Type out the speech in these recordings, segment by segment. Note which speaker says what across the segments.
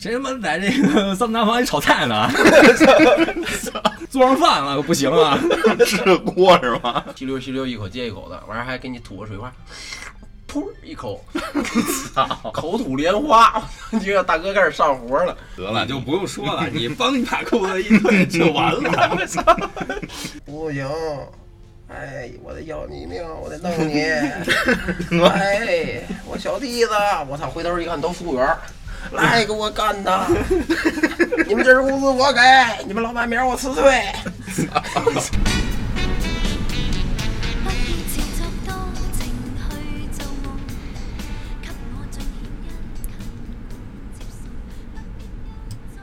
Speaker 1: 谁他妈在这个三大房里炒菜 呢？做上饭了可不行啊！
Speaker 2: 是锅是吗？
Speaker 3: 吸溜吸溜，一口接一口的，完了还给你吐个水花，噗一口，口吐莲花，你这大哥开始上活了。
Speaker 2: 得
Speaker 1: 你
Speaker 2: 了，
Speaker 1: 就不用说了，你帮你把裤子一退就 完了。
Speaker 3: 不行，哎，我得要你命，我得弄 你。哎，我小弟子，我操！回头一看都服务员儿，来给我干 他！你们这是工资我给，你们老板明儿我辞退。
Speaker 4: 不要持续多情去做夢，給我盡獻殷勤接受，不必再問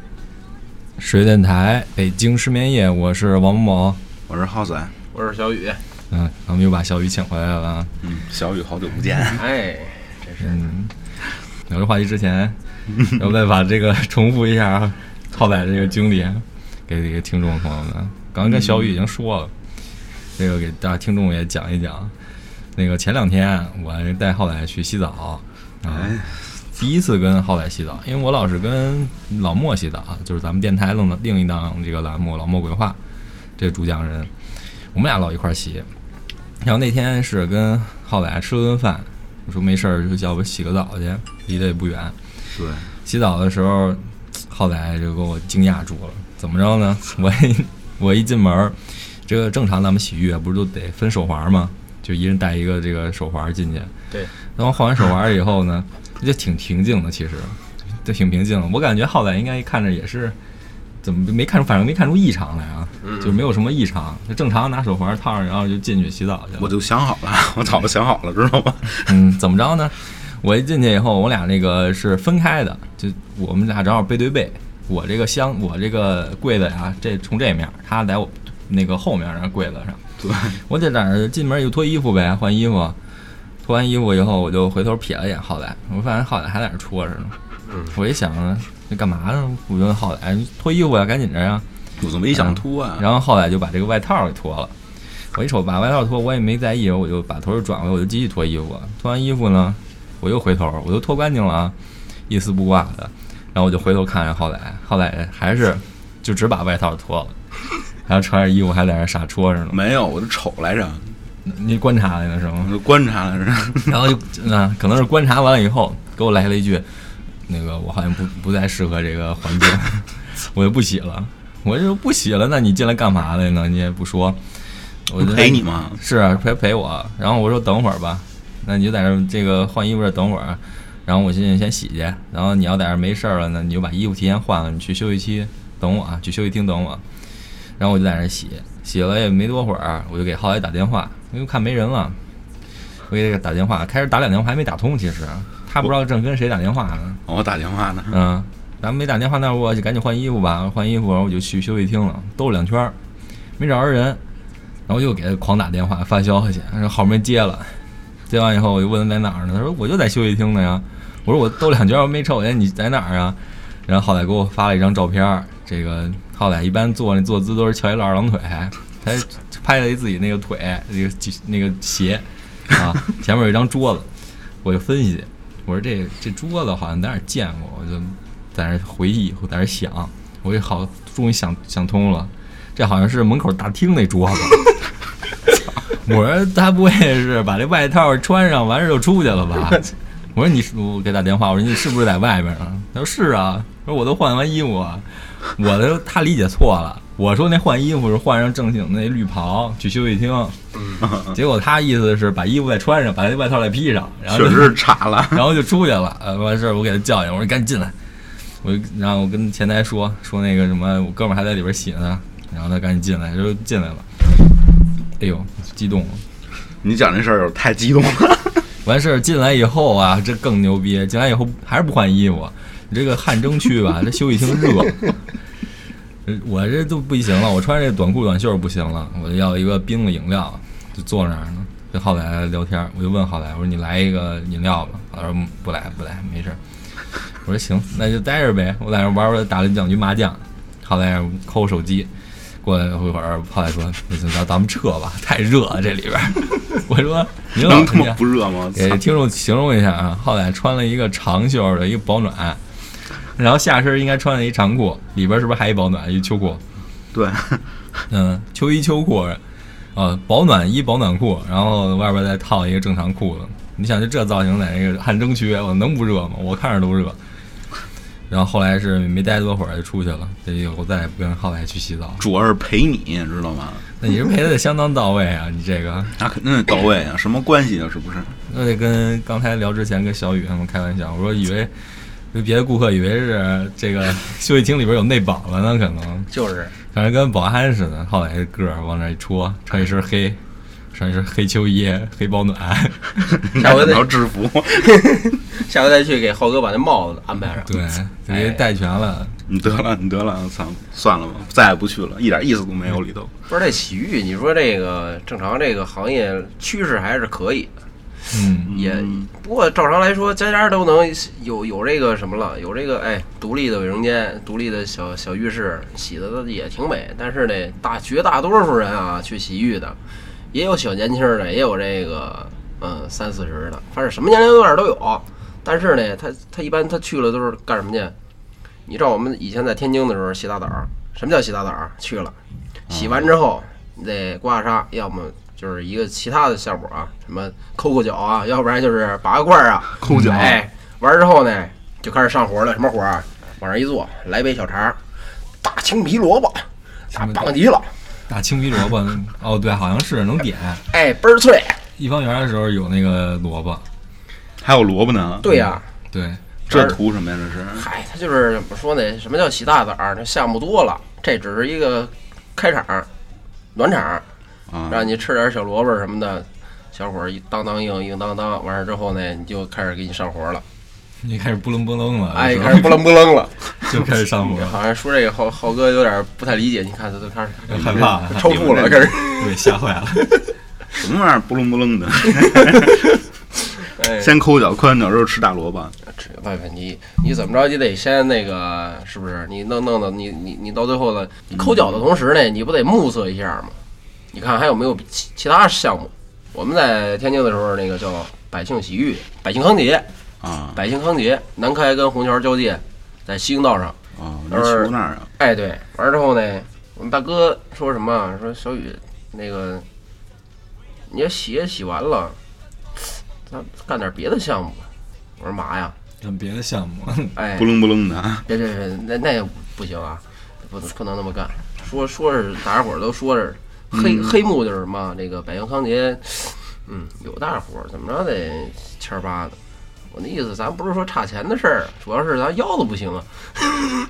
Speaker 4: 我了。
Speaker 1: 水电台北京失眠夜，我是王某某。
Speaker 2: 我是浩仔，
Speaker 3: 我是小雨，
Speaker 1: 嗯，我们又把小雨请回来了啊。
Speaker 2: 嗯，小雨好久不见，
Speaker 3: 哎，真是
Speaker 1: 嗯，聊这话题之前，要不再把这个重复一下啊，浩仔这个经历给这个听众朋友们。刚刚跟小雨已经说了，这个给大家听众也讲一讲。那个前两天我还带浩仔去洗澡啊，第一次跟浩仔洗澡，因为我老是跟老莫洗澡，就是咱们电台另另一档这个栏目《老莫鬼话》这主讲人，我们俩老一块儿洗。然后那天是跟浩仔吃了顿饭，我说没事儿就叫我洗个澡去，离得也不远。
Speaker 2: 对，
Speaker 1: 洗澡的时候，浩仔就给我惊讶住了。怎么着呢？ 我一我一进门儿，这个正常咱们洗浴啊不是都得分手环吗？就一人带一个这个手环进去。
Speaker 3: 对。
Speaker 1: 然后换完手环以后呢，就挺平静的，其实就挺平静的。我感觉浩仔应该看着也是。怎么没看出？反正没看出异常来啊，就没有什么异常，就正常拿手环套上，然后就进去洗澡去了。
Speaker 2: 我就想好了，我早就想好了，知道吗？
Speaker 1: 嗯， 怎么着呢？我一进去以后，我俩那个是分开的，就我们俩正好背对背。我这个箱，我这个柜子呀，这从这面儿，他在我那个后面儿那柜子上。
Speaker 2: 对，
Speaker 1: 我在哪儿进门儿就脱衣服呗，换衣服。脱完衣服以后，我就回头瞥了一眼浩仔，我发现浩仔还在那儿戳着呢。我一想，这干嘛呢？我就问浩仔，脱衣服呀，赶紧着呀。
Speaker 2: 我怎么没想秃啊？
Speaker 1: 嗯然后后来就把这个外套给脱了。我一手把外套脱，我也没在意，我就把头就转回，我就继续脱衣服。脱完衣服呢，我又回头，我都脱干净了啊，一丝不挂的。然后我就回头看着浩仔，浩仔还是就只把外套脱了， 然后穿着衣服还在那傻戳着呢。
Speaker 2: 没有，我就瞅来着，
Speaker 1: 你观察来了是
Speaker 2: 我
Speaker 1: 吗？
Speaker 2: 就观察来着。
Speaker 1: 然后就嗯，可能是观察完了以后，给我来了一句，那个我好像不不太适合这个环境， 我就不洗了。我就说不洗了，那你进来干嘛来呢？你也不说，我就
Speaker 2: 陪你嘛，
Speaker 1: 是啊陪陪我。然后我说等会儿吧，那你就在这儿这个换衣服这儿等会儿。啊然后我寻思先洗去，然后你要在这儿没事儿了呢，你就把衣服提前换了，你去休息区等我啊，去休息厅等我。然后我就在那儿洗，洗了也没多会儿，我就给浩爷打电话，因为看没人了，我给他打电话，开始打两电话还没打通，其实他不知道正跟谁打电话呢。
Speaker 2: 我打电话呢。
Speaker 1: 嗯，咱没打电话，那我就赶紧换衣服吧。换衣服，然后我就去休息厅了，兜了两圈儿，没找着人，然后又给他狂打电话发消息，然后好不容易接了，接完以后我就问他在哪儿呢？他说我就在休息厅呢呀。我说我兜两圈儿没瞅见你在哪儿啊？然后浩仔给我发了一张照片儿，这个浩仔一般坐那坐姿都是翘一老二郎腿，他拍了一自己那个腿，那个那个鞋啊，前面有一张桌子，我就分析，我说这这桌子好像在哪儿见过，我就在那儿回忆，我在那儿想，我就好终于想想通了，这好像是门口大厅那桌子。 我说他不会是把这外套穿上完事儿就出去了 吧？我说你是我给打电话，我说你是不是在外边呢？他说是啊，我说我都换完衣服啊，我的他理解错了。我说那换衣服是换上正经的那绿袍去休息厅，
Speaker 2: 嗯
Speaker 1: 结果他意思是把衣服再穿上，把那外套再披上，然后就
Speaker 2: 确实是差了，
Speaker 1: 然后就出去了。呃，完事儿我给他叫醒，我说赶紧进来。我就然后我跟前台说说那个什么，我哥们儿还在里边洗呢，然后他赶紧进来，就进来了。哎呦，激动了！
Speaker 2: 你讲这事儿太激动了，
Speaker 1: 完事儿进来以后啊，这更牛逼。进来以后还是不换衣服，你这个汗蒸区吧，这休息厅热。呃我这都不行了，我穿这短裤短袖不行了，我要一个冰的饮料，就坐那儿呢，跟浩仔聊天儿。我就问浩仔，我说你来一个饮料吧，他说不来不来，没事儿。我说行，那就待着呗。我在那玩儿玩儿，打了两局麻将，浩仔抠手机。过了一会儿，浩仔说：“那行，咱咱们撤吧，太热了这里边儿。” 我说：“您老
Speaker 2: 能
Speaker 1: 人
Speaker 2: 他
Speaker 1: 家
Speaker 2: 妈不热吗？
Speaker 1: 给
Speaker 2: 操
Speaker 1: 听众形容一下啊，浩仔穿了一个长袖的一个保暖，然后下身应该穿了一长裤，里边是不是还一保暖一秋裤？
Speaker 2: 对，
Speaker 1: 嗯，秋衣秋裤，呃，保暖衣、保暖裤，然后外边再套一个正常裤子。你想，就这造型在那个汗蒸区，我能不热吗？我看着都热。然后后来是没待多会儿就出去了，所以我再也不跟浩海去洗澡。
Speaker 2: 主要是陪你，知道吗？
Speaker 1: 那你是陪的相当到位啊，你这个，
Speaker 2: 那肯定得到位啊，什么关系啊？是不是？
Speaker 1: 那得跟刚才聊之前跟小雨他们开玩笑，我说以为就别的顾客以为是这个 休息厅里边有内保了呢，可能
Speaker 5: 就是
Speaker 1: 反正跟保安似的，浩歹个儿往那儿一戳，穿一身黑，穿一身黑秋衣、黑保暖，
Speaker 2: 拿两条制服，
Speaker 5: 下回再去给浩哥把那帽子安排上。
Speaker 1: 对，直
Speaker 5: 哎
Speaker 1: 接带全了。
Speaker 2: 你得了，你得了，操，算了吧，再也不去了，一点意思都没有里头。
Speaker 5: 不是这洗浴，你说这个正常这个行业趋势还是可以的，
Speaker 1: 嗯，
Speaker 5: 也不过照常来说，家家都能有有这个什么了，有这个哎独立的卫生间、独立的小小浴室，洗的也挺美。但是呢，大绝大多数人啊去洗浴的，也有小年轻的，也有这个嗯三四十的，反正什么年龄段都有。但是呢，他他一般他去了都是干什么去？你知道我们以前在天津的时候洗大澡儿，什么叫洗大澡儿？去了，洗完之后你得刮痧，要么就是一个其他的项目啊，什么抠抠脚啊，要不然就是拔个罐儿啊，抠脚。哎，完之后呢，就开始上活了，什么活啊？往那一坐，来杯小茶儿，大青皮萝卜，那棒极了，
Speaker 1: 大青皮萝卜，哦对，好像是能点。
Speaker 5: 哎，倍儿脆。
Speaker 1: 一方园的时候有那个萝卜，
Speaker 2: 还有萝卜呢，
Speaker 5: 对呀、
Speaker 1: 对，
Speaker 2: 这图什么呀？这是
Speaker 5: 嗨，他就是怎么说呢？什么叫洗大澡儿？这项目多了，这只是一个开场，暖场。
Speaker 2: 啊
Speaker 5: 让，你吃点小萝卜什么的，小伙儿一当当硬硬当当，完事之后呢，你就开始给你上活了，
Speaker 1: 你开始不楞不楞了，
Speaker 5: 哎，
Speaker 1: 有时候
Speaker 5: 开始不楞不楞了。嗯
Speaker 1: 就开始上火，
Speaker 5: 好像说这个浩浩哥有点不太理解，你看他都开始
Speaker 1: 害 怕，
Speaker 5: 抽搐了，开始，
Speaker 1: 对，吓坏了。
Speaker 2: 什么玩意儿不愣不愣的？
Speaker 5: 哎，
Speaker 2: 先抠脚，抠完脚之后吃大萝卜，啊
Speaker 5: 不不，你你怎么着，你得先那个，是不是？你弄弄的，你你你到最后了，抠脚的同时呢，你不得目测一下吗？你看还有没有其其他项目？我们在天津的时候，那个叫百庆洗浴、百庆康节、
Speaker 2: 啊
Speaker 5: 百庆康节，南开跟虹桥交界，在西行道上。
Speaker 2: 啊，你去那儿啊？
Speaker 5: 哎，对，完了之后呢，我们大哥说什么啊？说小雨，那个，你要洗也洗完了，咱干点别的项目吧。我说嘛呀？
Speaker 1: 干别的项目，
Speaker 5: 哎
Speaker 2: 不，愣不愣的 啊，
Speaker 5: 别别别，那那也不行啊，不能不能那么干。说说是大家伙儿都说是黑、黑幕就是什么？这个百元康节，嗯，有大伙儿怎么着得千儿八的。我那意思，咱不是说差钱的事儿，主要是咱腰子不行啊。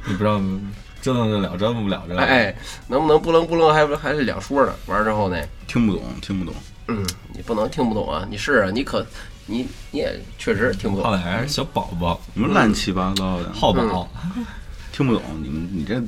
Speaker 1: 你不知道折腾得了，折腾不了，折腾。
Speaker 5: 哎，能不能不楞不楞还不还是两说呢。完了之后呢，
Speaker 2: 听不懂，听不懂。
Speaker 5: 嗯，你不能听不懂啊！你是啊，你可你你也确实听不
Speaker 1: 浩
Speaker 5: 懂。
Speaker 1: 歹还是小宝宝，
Speaker 2: 你们乱七八糟的，
Speaker 1: 浩宝，
Speaker 5: 嗯
Speaker 2: 听不懂。你们你这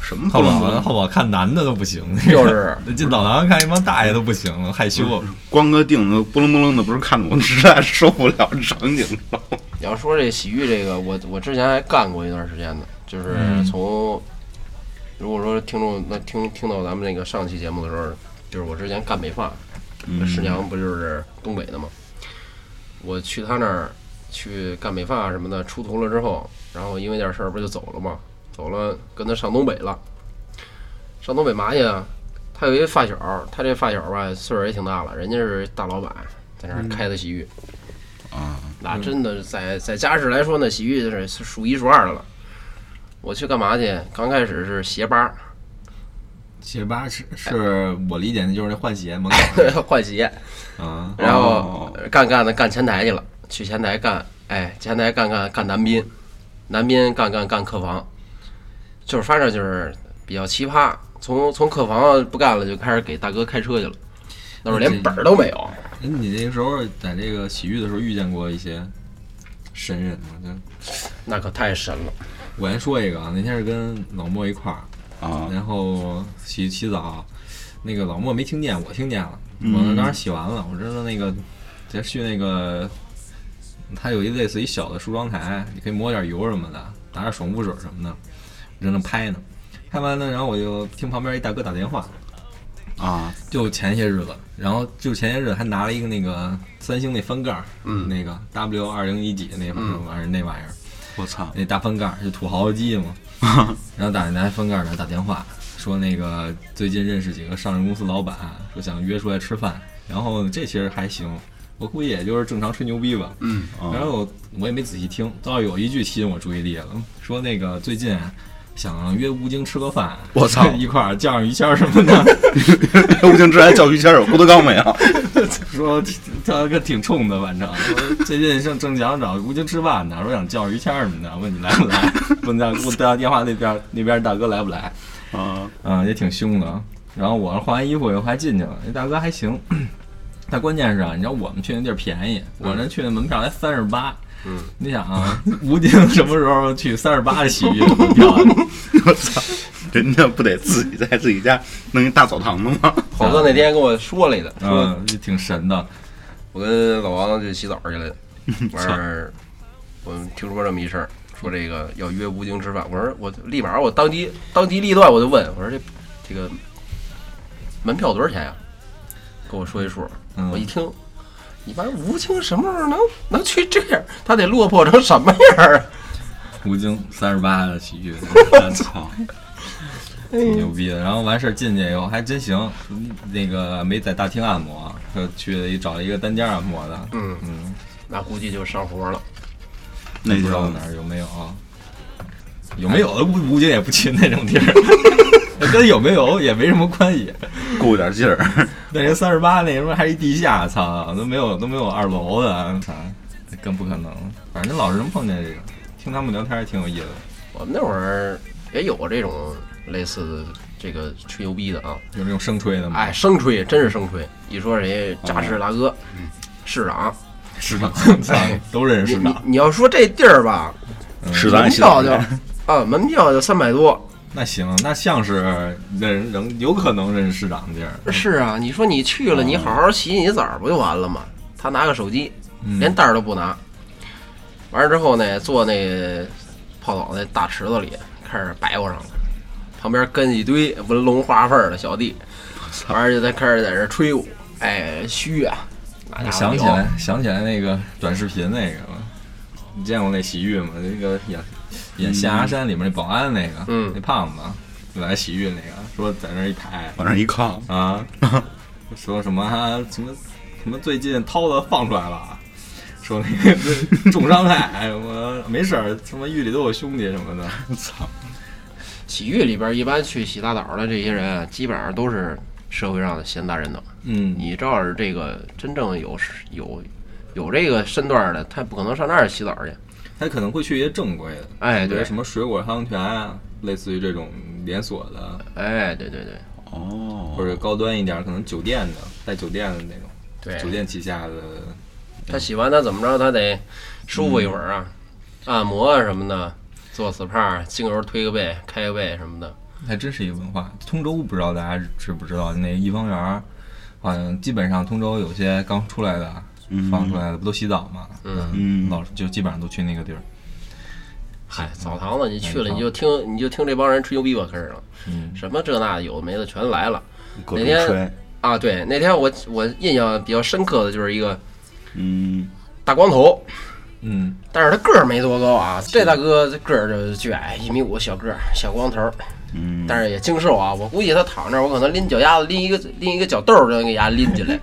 Speaker 2: 什么
Speaker 1: 浩
Speaker 2: 不愣不
Speaker 1: 宝，
Speaker 2: 愣？
Speaker 1: 浩宝看男的都不行，
Speaker 5: 就是嗯
Speaker 1: 那 进澡堂看一帮大爷都不行了，害羞。
Speaker 2: 光哥定的不愣不愣的，不是看的我实在受不了这场景了。
Speaker 5: 你要说这洗浴这个，我我之前还干过一段时间呢，就是从、如果说听众那听听到咱们那个上期节目的时候，就是我之前干美发，这师娘不就是东北的吗？我去她那儿去干美发什么的，出头了之后，然后因为点事儿不就走了吗？走了，跟她上东北了。上东北嘛去啊？她有一发小，她这发小吧岁数也挺大了，人家是大老板，在那儿开的洗浴。
Speaker 2: 啊，
Speaker 5: 那真的是在在家市来说呢，洗浴是数一数二的了。我去干嘛去？刚开始是鞋吧，
Speaker 1: 鞋吧是是我理解的就是那换鞋门
Speaker 5: 换鞋，
Speaker 1: 口啊，
Speaker 5: 然后
Speaker 2: 哦
Speaker 5: 呃干干的干前台去了，去前台干，哎，前台干干干男宾，男宾干干干客房，就是反正就是比较奇葩。从从客房不干了，就开始给大哥开车去了，那会儿连本儿都没有。
Speaker 1: 哎，你那个时候在这个洗浴的时候遇见过一些神人吗？就
Speaker 5: 那可太神了，
Speaker 1: 我先说一个啊，那天是跟老莫一块儿，
Speaker 2: 啊，
Speaker 1: 然后洗洗澡，那个老莫没听见，我听见了。我当时洗完了，我知道那个再去那个，它有一类似于小的梳妆台，你可以抹点油什么的，打点爽肤水什么的，我在那拍呢。拍完了，然后我就听旁边一大哥打电话，
Speaker 2: 啊，
Speaker 1: 就前些日子，然后就前些日子还拿了一个那个三星那翻盖儿，那个 W 二零一几那反正玩意儿那玩意儿，
Speaker 2: 我操！
Speaker 1: 那大翻盖儿就土豪机嘛， 然后打拿翻盖儿打打电话，说那个最近认识几个上市公司老板，说想约出来吃饭，然后这其实还行，我估计也就是正常吹牛逼吧，
Speaker 5: 嗯，
Speaker 1: 然后我我也没仔细听，倒是有一句吸引我注意力了，说那个最近啊想约吴京吃个饭，
Speaker 2: 我操
Speaker 1: 一块儿酱上鱼馅儿什么的，
Speaker 2: 吴京之前叫于谦有郭德纲没啊
Speaker 1: 说
Speaker 2: 有？
Speaker 1: 他可挺冲的，反正 说最近正正想找吴京吃饭呢，说想叫鱼馅儿什么的，问你来不来？ 问大问大电话那边那边大哥来不来？
Speaker 2: 啊，
Speaker 1: 啊，也挺凶的。然后我换完衣服以后还进去了，那大哥还行，但关键是啊，你知道我们去那地儿便宜，我那去那门票才三十八。
Speaker 5: 嗯，
Speaker 1: 你想啊，吴京什么时候去三十八的洗浴门票啊？
Speaker 2: 我操！人家不得自己在自己家弄一大澡堂子吗？
Speaker 5: 猴哥那天跟我说来的，说
Speaker 1: 嗯，这挺神的。
Speaker 5: 我跟老王就洗澡去了，完事儿我们听说这么一事儿，说这个要约吴京吃饭，我说我立马我当机当机立断我就问我说这这个门票多少钱呀、跟我说一数，
Speaker 1: 嗯
Speaker 5: 我一听，你妈吴京什么时候能能去这样？他得落魄成什么样啊？
Speaker 1: 吴京三十八的 洗浴，
Speaker 2: 操！
Speaker 1: 挺牛逼的。然后完事儿进去以后还真行，那个没在大厅按摩，就去找了一个单间按摩的。
Speaker 5: 嗯，
Speaker 1: 嗯，
Speaker 5: 那估计就上活了。
Speaker 2: 那
Speaker 1: 不知道
Speaker 2: 叫
Speaker 1: 哪儿有没有啊？有没有的吴吴京也不去那种地儿，跟有没有也没什么关系。
Speaker 2: 鼓点劲儿，
Speaker 1: 那人三十八那什么还一地下，操，都没有都没有二楼的，操，更不可能。反正老是能碰见这个，听他们聊天也挺有意思的，
Speaker 5: 我们那会儿也有这种类似的这个吹牛逼的啊，
Speaker 1: 有这种生吹的吗？
Speaker 5: 哎，生吹，真是生吹。一说谁扎市大哥，
Speaker 1: 嗯
Speaker 5: 市长，
Speaker 1: 市长， 操，都认识
Speaker 5: 哎你
Speaker 1: 市
Speaker 5: 你
Speaker 1: 长，
Speaker 5: 你要说这地儿吧，
Speaker 2: 屎咱
Speaker 5: 门
Speaker 2: 也洗澡
Speaker 5: 票
Speaker 2: 去
Speaker 5: 就啊，门票就三百多。
Speaker 1: 那行，那像是认能有可能认识市长的地儿，
Speaker 5: 是啊，你说你去了，
Speaker 1: 嗯
Speaker 5: 你好好洗洗澡不就完了吗？他拿个手机，
Speaker 1: 嗯
Speaker 5: 连袋儿都不拿。完了之后呢，坐那泡澡那大池子里开始白活上了，旁边跟一堆纹龙画凤的小弟，完了就在开始在这吹舞，哎，虚啊！那家伙
Speaker 1: 想起
Speaker 5: 屌
Speaker 1: 来，想起来那个短视频那个了，你见过那洗浴吗？那个演演象牙山里面那保安那个，
Speaker 5: 嗯
Speaker 1: 那胖子就在那洗浴那个，说在那儿一排
Speaker 2: 往上一靠，
Speaker 1: 啊， 说什么啊什么什么最近涛子放出来了。说那 个重伤害，哎我没事儿，他妈狱里都有兄弟什么的。
Speaker 2: 操！
Speaker 5: 洗浴里边一般去洗大澡的这些人，基本上都是社会上的闲杂人等。
Speaker 1: 嗯，
Speaker 5: 你这要是这个真正有有有这个身段的，他也不可能上那儿洗澡去。
Speaker 1: 他可能会去一些正规的，
Speaker 5: 哎，
Speaker 1: 比
Speaker 5: 对
Speaker 1: 如，什么水果汤泉啊，类似于这种连锁的，
Speaker 5: 哎，对对对
Speaker 2: 哦
Speaker 1: 或，者高端一点儿，可能酒店的，带酒店的那种。
Speaker 5: 对，
Speaker 1: 酒店旗下的，
Speaker 5: 他洗完他怎么着，他得舒服一会儿啊，按摩啊什么的，做 SPA，精油推个背、开个背什么的。
Speaker 1: 还真是一个文化。通州不知道大家知不知道，那个一方园儿，好像基本上通州有些刚出来的、
Speaker 2: 嗯
Speaker 1: 放出来的不都洗澡嘛，
Speaker 5: 嗯
Speaker 2: 嗯
Speaker 1: 老就基本上都去那个地儿，
Speaker 5: 嗨，哎澡堂子你去了，你就听你就听这帮人吹牛逼吧，开始了，
Speaker 1: 嗯，
Speaker 5: 什么这那的有的没的全来了
Speaker 2: 各种
Speaker 5: 哪天
Speaker 2: 吹，
Speaker 5: 啊。对，那天我我印象比较深刻的就是一个
Speaker 2: 嗯，
Speaker 5: 大光头，
Speaker 1: 嗯，
Speaker 5: 但是他个儿没多高啊，这大哥这个儿就巨矮，一米五小个儿，小光头儿，
Speaker 2: 嗯，
Speaker 5: 但是也精瘦啊。我估计他躺那儿，我可能拎脚丫子拎一个拎一个脚豆儿就能给丫拎进来。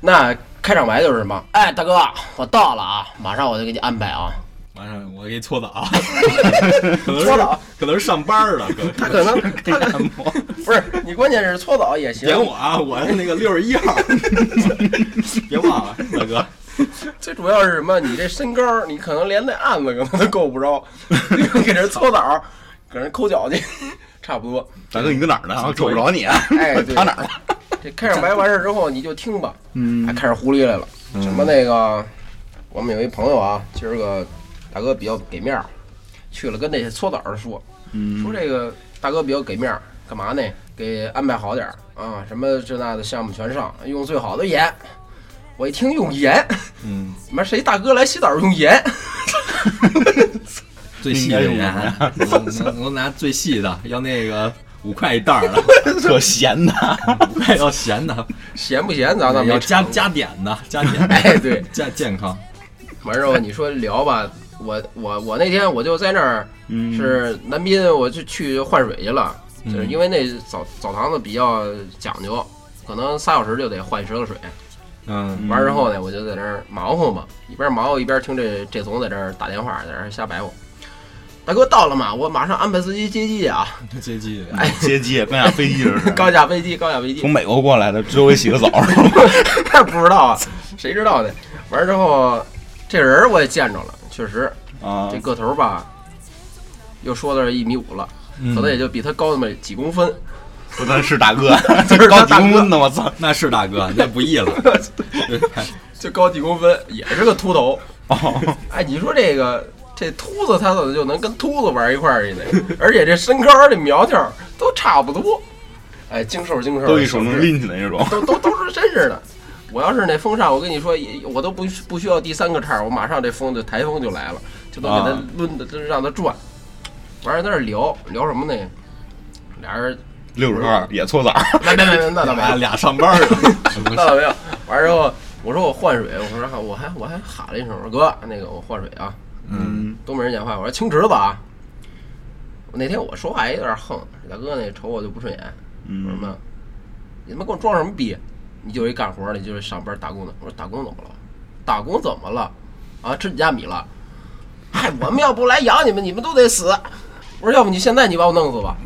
Speaker 5: 那开场白就是什么？哎，大哥，我到了啊，马上我就给你安排啊。
Speaker 1: 完事儿我给你搓 澡，可能是
Speaker 5: 搓澡
Speaker 1: 可能是上班儿了，可
Speaker 5: 他 可能他可
Speaker 2: 按摩，
Speaker 5: 不是你，关键是搓澡也行
Speaker 1: 点。我啊，我那个六十一 号，别忘了，大哥，
Speaker 5: 最主要是什么？你这身高，你可能连那案子可能都够不着，你给人搓澡，给人抠脚去， 差不多。
Speaker 2: 大哥你搁哪儿呢？我找不着你啊，
Speaker 5: 哎对
Speaker 2: 他哪儿了？
Speaker 5: 这开场白完事儿之后，你就听吧。
Speaker 2: 嗯
Speaker 5: 还开始狐狸来了，
Speaker 1: 嗯
Speaker 5: 什么那个，我们有一朋友啊，今儿个大哥比较给面儿，去了跟那些搓澡的说，
Speaker 1: 嗯
Speaker 5: 说这个大哥比较给面儿，干嘛呢？给安排好点儿啊，什么这那的项目全上，用最好的盐。我一听用盐，
Speaker 1: 嗯，
Speaker 5: 妈谁大哥来洗澡用盐？
Speaker 1: 最细的
Speaker 2: 应该
Speaker 1: 人
Speaker 2: 是
Speaker 1: 啊，我我我拿最细的，要那个五块一袋儿的， 嗯
Speaker 2: 特闲的，
Speaker 1: 五块要咸的，
Speaker 5: 咸不咸？咱咱没
Speaker 1: 要加
Speaker 5: 尝 过
Speaker 1: 加点的，加点的，
Speaker 5: 哎对
Speaker 1: 加健康，
Speaker 5: 完之后你说聊吧，我我我那天我就在那儿
Speaker 2: 嗯，
Speaker 5: 是南滨，我就去换水去了，就是因为那澡澡堂子比较讲究，可能仨小时就得换十个水。
Speaker 1: 嗯，
Speaker 5: 完之后呢，我就在那儿忙活嘛，一边忙活一边听这这怂在这儿打电话，在这儿瞎白活。大哥到了吗？我马上安排司机接机啊！
Speaker 1: 接机，
Speaker 5: 哎，
Speaker 2: 接机跟俩飞机似的，
Speaker 5: 高架飞机，高架飞机
Speaker 2: 从，美国过来的，只有一洗个澡，
Speaker 5: 不知道啊，谁知道呢？完之后，这人儿我也见着了，确实
Speaker 2: 啊
Speaker 5: 这，个头儿吧，又说到一米五了，可能也就比他高那么几公分。
Speaker 2: 不但是 大哥，
Speaker 5: 就是
Speaker 2: 高
Speaker 5: 他
Speaker 2: 级
Speaker 5: 大哥
Speaker 2: 公的，我操！
Speaker 1: 那是大哥，那不易了。
Speaker 5: 就高几公分，也是个秃头。
Speaker 2: 哦，
Speaker 5: 哎，你说这个这秃子他怎么就能跟秃子玩一块儿去呢？而且这身高这苗条都差不多。哎，精瘦精瘦，
Speaker 2: 都一手能拎起来那种。
Speaker 5: 都都都是真是的。我要是那风扇，我跟你说，也我都不不需要第三个叉儿，我马上这风就台风就来了，就都给它
Speaker 2: 啊
Speaker 5: 抡的，就让它转。完了在那儿聊聊什么呢？俩人
Speaker 2: 六十二也搓澡，
Speaker 5: 没没没没， 那倒没有，
Speaker 1: 哎 俩上班的，
Speaker 5: 那倒没有。完之后，我说我换水，我说我还我还喊了一声，我说哥，那个我换水啊，
Speaker 1: 嗯，
Speaker 5: 东北人讲话，我说清池子啊。我那天我说话也有点横，大哥那瞅我就不顺眼，我说什
Speaker 2: 嗯，
Speaker 5: 么？你他妈给我装什么逼？你就是一干活的，你就是上班打工的。我说打工怎么了？打工怎么了？啊，吃你家米了？嗨，我们要不来养你们，你们都得死。我说，要不你现在你把我弄死吧，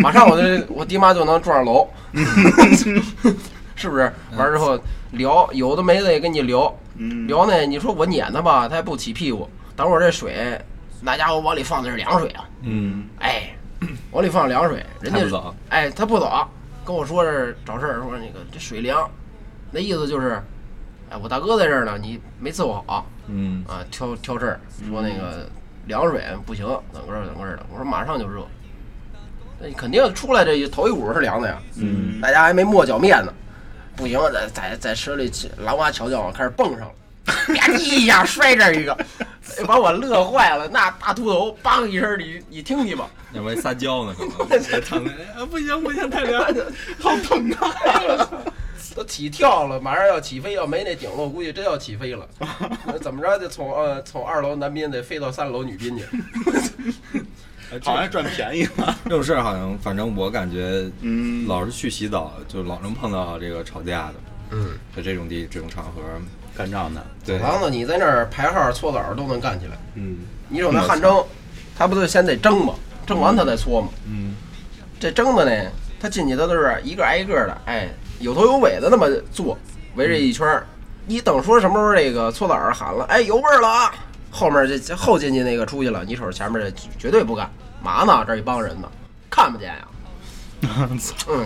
Speaker 5: 马上我这我爹妈就能撞上楼， 是不是？完之后聊，有的没的也跟你聊，
Speaker 2: 嗯
Speaker 5: 聊呢，你说我撵他吧，他还不起屁股。等会儿这水，那家伙往里放的是凉水啊，
Speaker 1: 嗯，
Speaker 5: 哎，往里放凉水，人家
Speaker 1: 他不走
Speaker 5: 哎，他不走，跟我说是找事儿，说那个这水凉，那意思就是，哎，我大哥在这儿呢，你没伺候好
Speaker 1: 嗯，
Speaker 5: 啊，挑挑事儿，说那个凉水不行，怎么个儿怎么个儿的，我说马上就热，那你肯定出来这头一股是凉的呀，
Speaker 2: 嗯，
Speaker 5: 大家还没磨脚面呢，不行，在在在车里起狼哇瞧瞧，开始蹦上了，吧唧一下摔这儿一个， 哎把我乐坏了。那大秃头梆一声，你你听去吧，
Speaker 1: 要不然撒娇呢，可 能躺
Speaker 5: 哎
Speaker 1: 着，不行不行，太凉，好疼啊！
Speaker 5: 都起跳了，马上要起飞，要没那顶了，我估计真要起飞了。那怎么着就从呃从二楼男宾得飞到三楼女宾去。
Speaker 2: 好像赚便宜 了。
Speaker 1: 这种事儿好像，反正我感觉，
Speaker 2: 嗯
Speaker 1: 老是去洗澡，就老能碰到这个吵架的，
Speaker 5: 嗯，
Speaker 1: 在这种地这种场合，
Speaker 2: 干仗的，
Speaker 1: 对，
Speaker 5: 王子，你在那儿排号搓澡都能干起来，
Speaker 1: 嗯
Speaker 5: 你有那汗蒸，他不就先得蒸吗？蒸完他再搓吗？
Speaker 1: 嗯，
Speaker 5: 这蒸的呢，他进去他都是一个挨一个的，哎，有头有尾的那么做，围着一圈儿。你等说什么时候这个搓澡儿喊了，哎，有味儿了啊！后面这这后进去那个出去了，你瞅前面这绝对不干，嘛呢？这一帮人呢，看不见呀、嗯，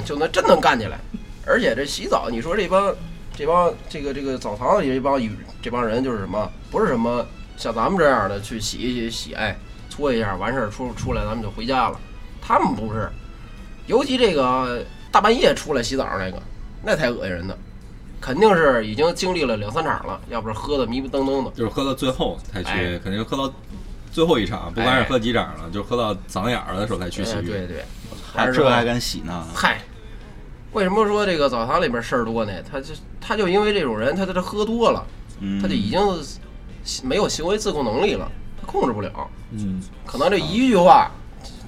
Speaker 5: 就能真能干起来。而且这洗澡，你说这帮这帮这个这个澡堂子里这帮与这帮人就是什么？不是什么像咱们这样的去洗一洗洗，哎，搓一下完事儿出出来咱们就回家了。他们不是，尤其这个大半夜出来洗澡那个，那才恶心人呢。肯定是已经经历了两三场了，要不是喝的迷不瞪瞪的。
Speaker 1: 就是喝到最后才去，
Speaker 5: 哎
Speaker 1: 肯定喝到最后一场，不管是喝几场了，就喝到嗓眼儿的时候才去洗
Speaker 5: 哎
Speaker 1: 浴。
Speaker 5: 对对，还
Speaker 2: 还
Speaker 5: 是
Speaker 2: 这
Speaker 5: 说
Speaker 2: 还敢洗呢？
Speaker 5: 嗨，为什么说这个澡堂里面事儿多呢？他就他就因为这种人，他他这喝多了，
Speaker 2: 嗯，
Speaker 5: 他就已经没有行为自控能力了，他控制不了。
Speaker 1: 嗯，
Speaker 5: 可能这一句话，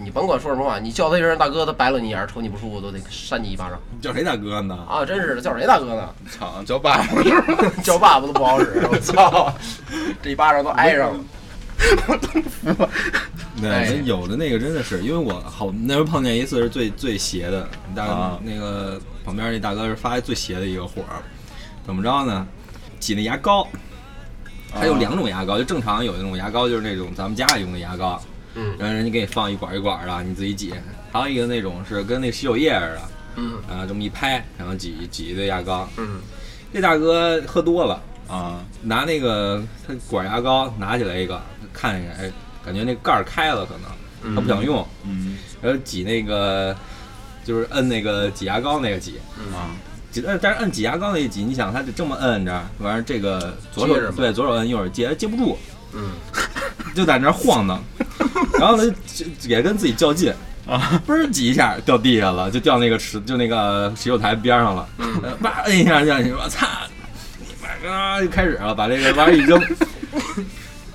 Speaker 5: 你甭管说什么话，你叫他一声大哥，他白了你一眼，瞅你不舒服都得扇你一巴掌
Speaker 1: 你叫谁大哥呢？
Speaker 5: 啊！真是的，叫谁大哥呢？
Speaker 2: 操，叫爸爸是吧？
Speaker 5: 叫爸爸都不好使，我操！这一巴掌都挨上了。哎
Speaker 1: 对，有的那个真的是，因为我好那时候碰见一次是最最邪的，大哥、
Speaker 2: 啊
Speaker 1: 那个旁边那大哥是发最邪的一个火儿，怎么着呢？挤那牙膏，它有两种牙膏，就正常有一种牙膏就是那种咱们家里用的牙膏，
Speaker 5: 嗯
Speaker 1: 然后人家给你放一管一管的，你自己挤；还有一个那种是跟那个洗手液似
Speaker 5: 嗯
Speaker 1: 的，啊，这么一拍，然后挤挤一堆牙膏。
Speaker 5: 嗯
Speaker 1: 这大哥喝多了，
Speaker 2: 啊，
Speaker 1: 拿那个他管牙膏拿起来一个，看一眼，哎，感觉那盖儿开了，可能他不想用，
Speaker 2: 嗯
Speaker 1: 然后挤那个就是摁那个挤牙膏那个挤，
Speaker 5: 嗯
Speaker 2: 啊，
Speaker 1: 挤摁但是摁挤牙膏那个挤，你想他得这么摁着，完了这个左
Speaker 5: 接着
Speaker 1: 手
Speaker 5: 吧
Speaker 1: 对左手摁，右手接接不住，
Speaker 5: 嗯，
Speaker 1: 就在那儿晃 荡，然后呢就也跟自己较劲。啊，嘣儿挤一下掉地下了，就掉那个池，就那个洗手台边上了，
Speaker 5: 嗯
Speaker 1: 呃叭、摁一 下下去，我操，你妈啊就开始了，把这个玩意儿一扔，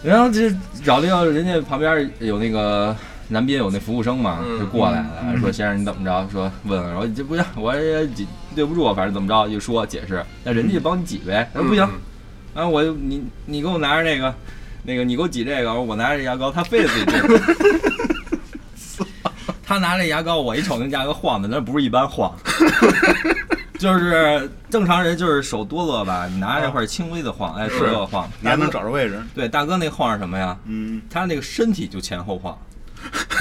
Speaker 1: 然后这找了一个人家旁边有那个男宾有那服务生嘛，
Speaker 5: 嗯
Speaker 1: 就过来了，说先生你怎么着？说问问，然后这不行，我也解对不住，反正怎么着就说解释，那人家就帮你挤呗。他说哎不行，
Speaker 5: 嗯
Speaker 1: 啊我你你给我拿着那个那个你给我挤这个，我拿着牙膏，他非得自己挤。他拿着牙膏，我一瞅那牙膏晃的，那不是一般晃，就是正常人就是手哆嗦吧，你拿着这块儿轻微的晃，哎，手哆嗦晃，
Speaker 2: 你还能找着位置？
Speaker 1: 对，大哥那晃是什么呀？
Speaker 2: 嗯，
Speaker 1: 他那个身体就前后晃，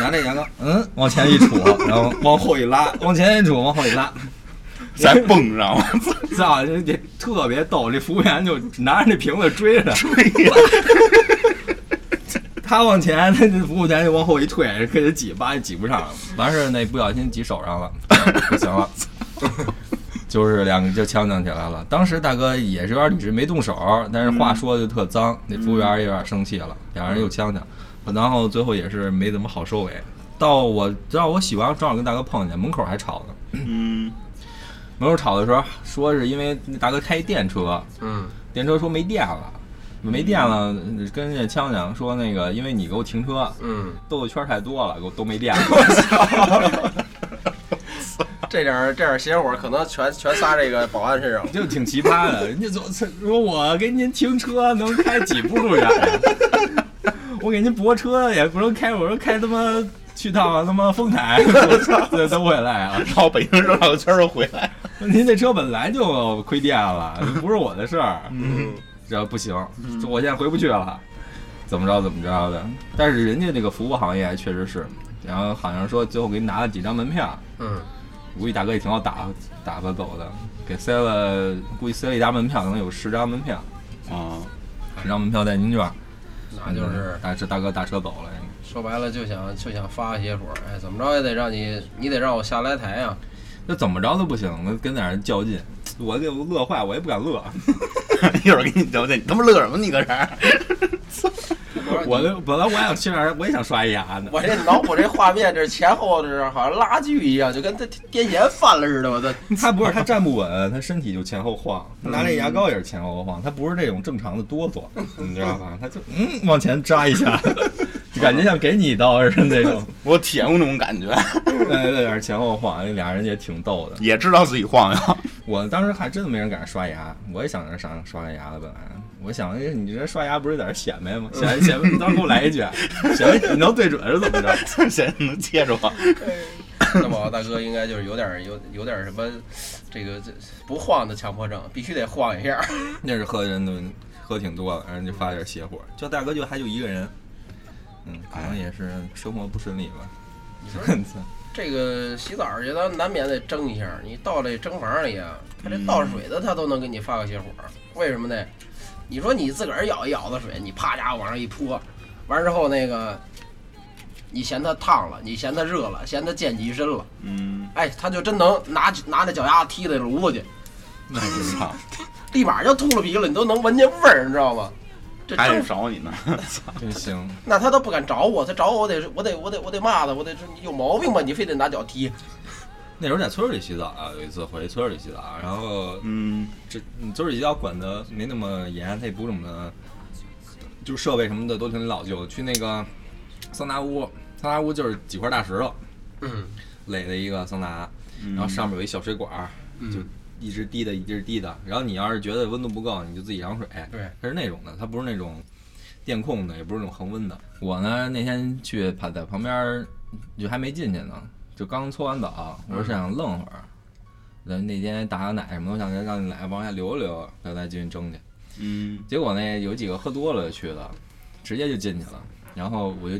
Speaker 1: 拿这牙膏，嗯，往前一杵，然后往后一拉，往前一杵，往后一拉，
Speaker 2: 再蹦上，
Speaker 1: 操，这这特别逗。这服务员就拿着那瓶子追着他，他往前，那那服务员就往后一退，给他挤，吧，挤不上了。完事儿那不小心挤手上了， 不行了。就是两个就呛呛起来了。当时大哥也是有点理智，没动手，但是话说的就特脏，那服务员也有点生气了，两人又呛呛，然后最后也是没怎么好收尾。到我直到我洗完，正好跟大哥碰见，门口还吵呢。
Speaker 2: 嗯，
Speaker 1: 门口吵的时候，说是因为那大哥开一电车，
Speaker 5: 嗯
Speaker 1: 电车说没电了，没电了，跟人家呛呛说那个，因为你给我停车，
Speaker 5: 嗯，
Speaker 1: 兜的圈儿太多了，给我 都没电了，
Speaker 5: 这点儿这点儿邪火可能全全撒这个保安身上了。
Speaker 1: 就挺奇葩的。人家说说我给您停车能开几步路远， 我给您泊车也不能开，我说开他妈去趟他妈丰台， 再都回来啊。
Speaker 2: 绕北京绕个圈儿就回来。
Speaker 1: 您这车本来就亏电了，不是我的事儿。
Speaker 2: 嗯，
Speaker 1: 这不行，这我现在回不去了，怎么着怎么着的。但是人家这个服务行业确实是，然后好像说最后给你拿了几张门票，
Speaker 5: 嗯，
Speaker 1: 估计大哥也挺好打打发走的，给塞了，估计塞了一张门票，可能有十张门票，
Speaker 2: 啊，
Speaker 1: 十张门票代金券，
Speaker 5: 那就是
Speaker 1: 大车大哥打车走了。
Speaker 5: 说白了就想就想发个邪火，哎，怎么着也得让你你得让我下来台啊。
Speaker 1: 那怎么着都不行，那跟那儿较劲，我给我乐坏，我也不敢乐，
Speaker 2: 一会儿给你交代，你他妈乐什么？你搁这儿？
Speaker 1: 我那本来我想去那儿，我也想刷一牙呢。
Speaker 3: 我这脑补这画面，这前后这是好像拉锯一样，就跟他癫痫犯了似的。我的，
Speaker 1: 他不是他站不稳，他身体就前后晃，他拿那牙膏也是前后晃，他不是这种正常的哆嗦， 你知道吧？他就嗯往前扎一下， 就感觉像给你一刀似的那种，
Speaker 2: 我体验过那种感觉，
Speaker 1: 哎，有点前后晃，那俩人也挺逗的。
Speaker 2: 也知道自己晃悠。
Speaker 1: 我当时还真的没人敢刷牙，我也想着上刷个牙了，本来我想，哎，你这刷牙不是在这显摆吗？显摆显摆，你到时候给我来一句，显摆你能对准是怎么着？
Speaker 2: 谁能接着我？
Speaker 5: 那么大哥应该就是有点儿有有点儿什么，这个这不晃的强迫症，必须得晃一下。
Speaker 1: 那是喝的人都喝挺多了，然后就发点邪火。就大哥就还就一个人，嗯，可能也是生活不顺利吧。
Speaker 5: 这个洗澡去，咱难免得蒸一下。你到这蒸房里啊，他这倒水的他都能给你发个邪火，为什么呢？你说你自个儿舀一舀子水，你啪家伙往上一泼，完之后那个，你嫌它烫了，你嫌它热了，嫌它溅你一身了，
Speaker 2: 嗯，
Speaker 5: 哎，他就真能拿拿那脚丫子踢那炉子去，
Speaker 1: 那不知道，
Speaker 5: 立马就秃噜皮了，你都能闻见味儿，你知道吗？这
Speaker 2: 还
Speaker 5: 蒸
Speaker 2: 得找你呢。
Speaker 1: 真行。
Speaker 5: 那他都不敢找我，他找我我得我得我得我得骂他，我得说你有毛病吧，你非得拿脚踢。
Speaker 1: 那时候在村儿里洗澡啊，有一次回村儿里洗澡啊，然后
Speaker 2: 嗯，
Speaker 1: 这嗯村儿里洗澡管的没那么严，它也不怎么，就是设备什么的都挺老旧。去那个桑拿屋，桑拿屋就是几块大石头
Speaker 5: 嗯
Speaker 1: 垒的一个桑拿，
Speaker 2: 嗯
Speaker 1: 然后上面有一小水管儿，就一直滴的，一直滴的。然后你要是觉得温度不够，你就自己涨水。
Speaker 5: 对，
Speaker 1: 它是那种的，它不是那种电控的，也不是那种恒温的。我呢那天去趴在旁边儿，就还没进去呢，就刚搓完澡，我是想愣会儿。那那天打打奶什么的，我想着让你来往下流一流，再再进去蒸去。
Speaker 2: 嗯，
Speaker 1: 结果呢，有几个喝多了去的，直接就进去了。然后我就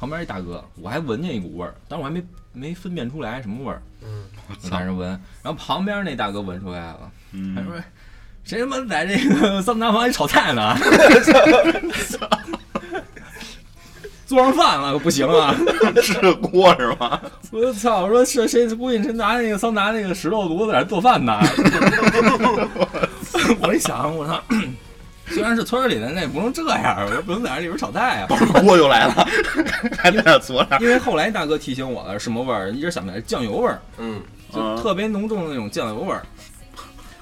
Speaker 1: 旁边一大哥，我还闻见一股味儿，但是我还没没分辨出来什么味儿，
Speaker 5: 嗯，
Speaker 1: 我在那闻。然后旁边那大哥闻出来了，他
Speaker 2: 嗯，
Speaker 1: 说：“谁他妈在这个桑拿房里炒菜呢？ 做上饭了不行啊！
Speaker 2: 吃锅是吗？
Speaker 1: 我操！我说是谁？估计是拿那个桑拿那个石头炉子在那做饭呢。 我一想，我操！虽然是村儿里的，那也不能这样，我说 不能在这里边炒菜啊。
Speaker 2: 抱着锅就来了，还在那坐着。
Speaker 1: 因为后来大哥提醒我了，什么味儿？一直想不起来，酱油味儿，
Speaker 5: 嗯，
Speaker 1: 就特别浓重的那种酱油味儿。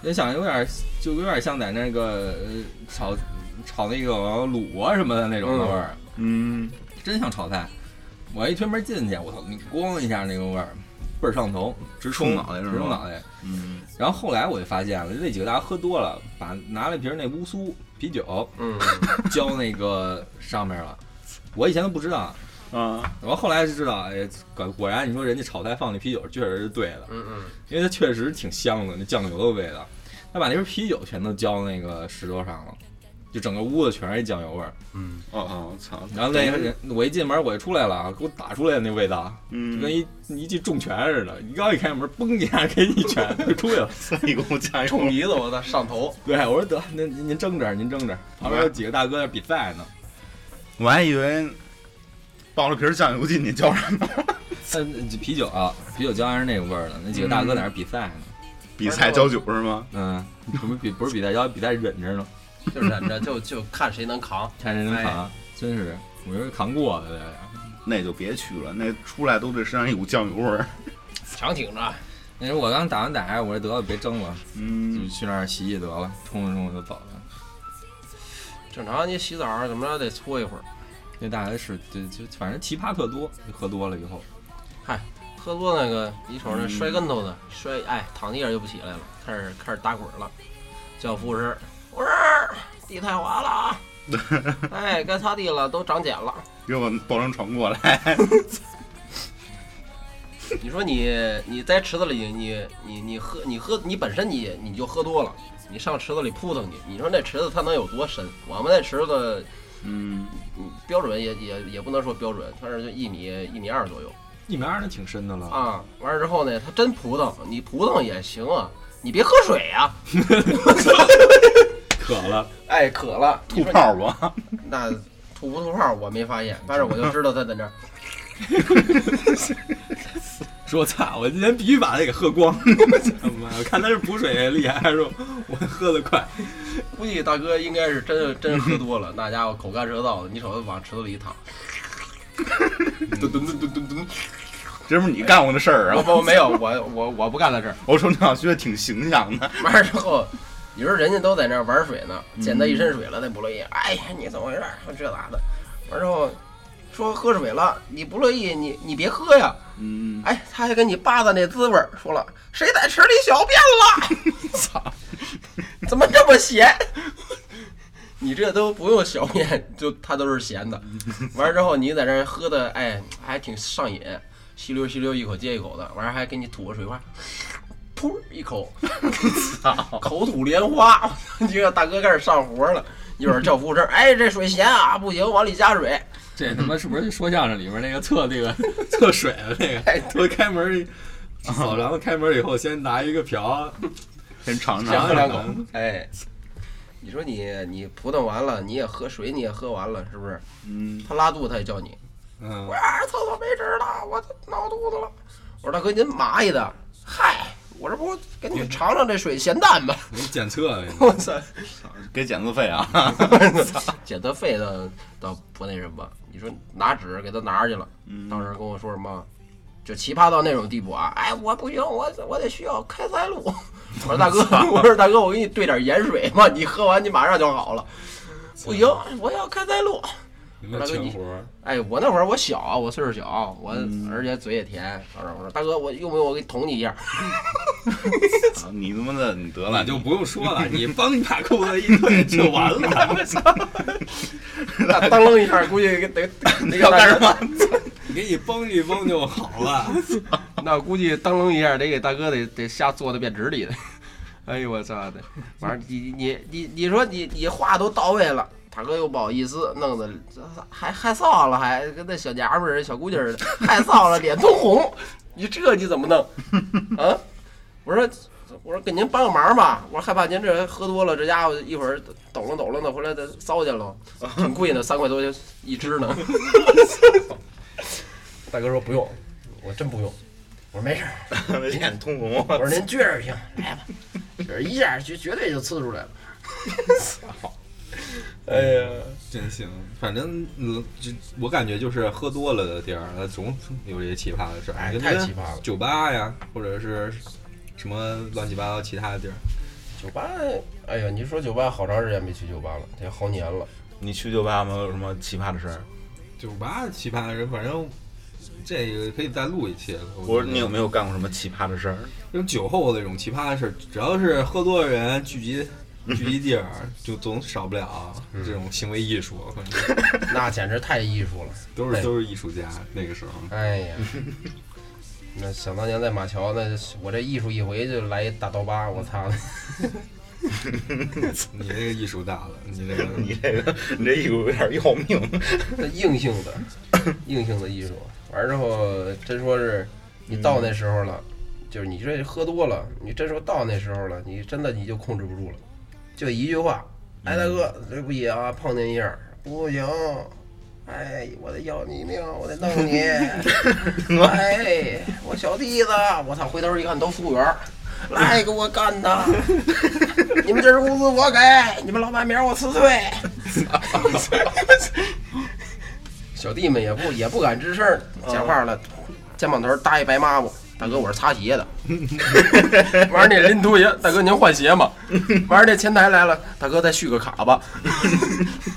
Speaker 1: 也想有点，就有点像在那个呃炒炒那个卤啊什么的那种的味儿，
Speaker 2: 嗯，
Speaker 1: 真像炒菜。我一推门进去，我操，你咣一下那个味儿，倍儿上头，
Speaker 2: 直冲脑袋是
Speaker 1: 直
Speaker 2: 吧
Speaker 1: 冲脑袋。
Speaker 2: 嗯，
Speaker 1: 然后后来我就发现了，那几个大家喝多了，把拿了瓶那乌苏啤酒
Speaker 5: 嗯，
Speaker 1: 浇那个上面了。我以前都不知道，
Speaker 2: 啊，
Speaker 1: 我后来就知道，哎，果果然你说人家炒菜放那啤酒确实是对的，
Speaker 5: 嗯嗯，
Speaker 1: 因为它确实挺香的，那酱油的味道。他把那瓶啤酒全都浇那个石头上了，就整个屋子全是酱油味儿。
Speaker 2: 哦哦，我操，
Speaker 1: 然后那个人，我一进门我就出来了，啊给我打出来的那味道，就
Speaker 2: 嗯，
Speaker 1: 跟一一记重拳似的。你刚一开门，嘣一下给你一拳就出去了。
Speaker 2: 塞一股加
Speaker 5: 冲
Speaker 2: 油，
Speaker 5: 鼻子，我的上头，
Speaker 1: 对，我说得，那您您争点，您争点。旁边有几个大哥在比赛呢，
Speaker 2: 我还以为倒了瓶酱油进去浇什么
Speaker 1: 但啤酒啊，啤酒浇还是那个味儿的。那几个大哥在那比赛呢，
Speaker 2: 比赛浇酒是吗？
Speaker 1: 嗯，什么比不是比赛浇，比赛忍着呢，
Speaker 5: 就忍着，就就看谁能扛。
Speaker 1: 看谁能扛，真是，我觉得扛过的这。
Speaker 2: 那就别去了，那出来都得身上一股酱油味儿。
Speaker 5: 强挺着，
Speaker 1: 那时候我刚打完打，我说得了，别争了，就
Speaker 2: 嗯，
Speaker 1: 去那儿洗洗得了，冲着冲着就走了。
Speaker 5: 正常你洗澡啊怎么着得搓一会儿，
Speaker 1: 那大概是就就反正奇葩特多，就喝多了以后，
Speaker 5: 喝多那个一瞅那摔跟头的，摔哎躺地上就不起来了，开始开始打滚了，叫护士，护士地太滑了啊，哎该擦地了，都长茧了。
Speaker 2: 给我抱张床过来。
Speaker 5: 你说你你在池子里，你你你喝你喝你本身你你就喝多了，你上池子里扑腾去，你说那池子它能有多深？我们那池子
Speaker 2: 嗯，
Speaker 5: 嗯标准也也也不能说标准，它是就一米一米二左右
Speaker 1: 一米二那挺深的了，
Speaker 5: 啊。完了之后呢，它真扑腾，你扑腾也行啊，你别喝水啊。
Speaker 1: 渴了，
Speaker 5: 哎，渴了，你
Speaker 2: 吐
Speaker 5: 说你
Speaker 2: 泡吧。
Speaker 5: 那吐不吐泡我没发现，但是我就知道它在那儿。
Speaker 1: 说操，我今天必须把它给喝光。 我妈，我看他是补水厉害，还是我喝得快？
Speaker 5: 估计大哥应该是真真喝多了，那家伙口干舌燥的，你瞅他往池子里一躺，
Speaker 1: 噔噔噔噔噔噔，
Speaker 2: 这不是你干过的事儿
Speaker 5: 我
Speaker 2: 啊！
Speaker 5: 不没有我我我不干在这儿。
Speaker 2: 我说你好像学的挺形象的。
Speaker 5: 完了之后，你说人家都在那儿玩水呢，溅他一身水了，他不乐意。哎呀，你怎么回事儿？这那的。完之后说喝水了，你不乐意，你你别喝呀。
Speaker 2: 嗯，
Speaker 5: 哎，他还跟你扒拉那滋味儿，说了谁在池里小便了？操，怎么这么咸？ 你这都不用小便，就它都是咸的。完了之后，你在这儿喝的，哎，还挺上瘾，吸溜吸溜一口接一口的，完了还给你吐个水花，噗一口，口吐莲花。 你这大哥开始上活了，一会儿叫服务生，哎，这水咸啊，不行，往里加水。
Speaker 1: 这他妈是不是说相声里边那个测那个测水的那个？多开门， 扫然后开门以后先拿一个瓢，
Speaker 2: 先尝
Speaker 5: 先
Speaker 2: 尝
Speaker 5: 喝两口。哎，你说你你扑腾完了，你也喝水，你也喝完了，是不是？
Speaker 2: 嗯，
Speaker 5: 他拉肚子他也叫你，
Speaker 1: 嗯
Speaker 5: 我，啊，厕所没纸了，我闹肚子了。我说大哥您蚂蚁的，嗨，我这不给你们尝尝这水咸淡吧？
Speaker 1: 你检测那个
Speaker 5: 我操，
Speaker 2: 给检测费 啊。
Speaker 5: 检测费倒倒不那什么，你说拿纸给他拿去了，
Speaker 2: 嗯
Speaker 5: 当时跟我说什么？就奇葩到那种地步啊！哎，我不行，我我得需要开塞露。 我说大 哥，我说大哥，我给你兑点盐水嘛，你喝完你马上就好了。
Speaker 2: 嗯
Speaker 5: 不行，我要开塞露。
Speaker 1: 有没有全活儿？
Speaker 5: 哎，我那会儿我小啊，我岁数小，我、
Speaker 2: 嗯
Speaker 5: 而且嘴也甜。我说我说大哥，我用不用我给你捅你一 下？
Speaker 2: 操你他妈的，你得了，
Speaker 1: 那就不用说 了，你帮你把裤子一退就完了。
Speaker 5: 那当啷一下，估计给 得那
Speaker 2: 要干什
Speaker 5: 么？
Speaker 1: 给 你崩一崩就好 了。
Speaker 5: 那估计当啷一下得给大哥得得瞎坐在便池里的。哎呦我操的！完了你你你你说你你话都到位了，大哥又不好意思，弄得还害臊了，还跟那小娘们儿、小姑娘似的，害臊了，脸通红。你这你怎么弄？啊？我说我说给您帮个忙吧，我说害怕您这喝多了，这家伙一会儿抖楞抖楞的回来再糟践了，挺贵呢，三块多钱一支呢。 大哥说不用，我真不用。我说没事儿，
Speaker 2: 脸通红。
Speaker 5: 我说您撅着听， 来吧，这一下绝绝对就呲出来了。 哎呀，
Speaker 3: 嗯
Speaker 1: 真行，反正嗯，就我感觉就是喝多了的地儿，
Speaker 6: 呃
Speaker 1: 它总有这些奇葩的事儿。
Speaker 5: 哎
Speaker 1: 就
Speaker 5: 太
Speaker 1: 跟
Speaker 5: 奇葩了
Speaker 1: 酒吧呀，或者是什么乱七八糟其他的地儿，
Speaker 3: 酒吧，哎呀，你说酒吧好长时间没去酒吧了，得好年了。
Speaker 2: 你去酒吧吗？有什么奇葩的事儿？
Speaker 6: 酒吧奇葩的人，反正这个可以再录一期了。
Speaker 2: 我说你有没
Speaker 6: 有
Speaker 2: 有干过什么奇葩的事儿？
Speaker 6: 这种酒后的这种奇葩的事儿？只要是喝多的人聚集聚集地儿，就总少不了
Speaker 5: 嗯
Speaker 6: 这种行为艺术，反正
Speaker 3: 那简直太艺术了。
Speaker 6: 都
Speaker 1: 哎
Speaker 6: 是都是艺术家。那 个时候，
Speaker 3: 哎 呀，那想当年在马桥，那我这艺术一回就来一大刀疤，我 操！
Speaker 6: 你这个艺术大了，你这个
Speaker 2: 你这个，你这一股有点要命。
Speaker 3: 那硬性的，硬性的艺术。完之后，真说是你到那时候了，就是你这喝多了，你真说到那时候了，你真的你就控制不住了，就一句话，哎大哥，对不起啊，碰您一下，不行。哎，我得要你命，我得弄你！哎，我小弟子，我操！回头一看都服务员儿，来给我干的！你们这是工资我给，你们老板明儿我辞退。 小弟们也不也不敢吱声儿，讲话了，肩膀头儿搭一白抹布。大哥，我是擦鞋的。完那拎拖鞋，大哥您换鞋吗？完那前台来了，大哥再续个卡吧。
Speaker 6: 哎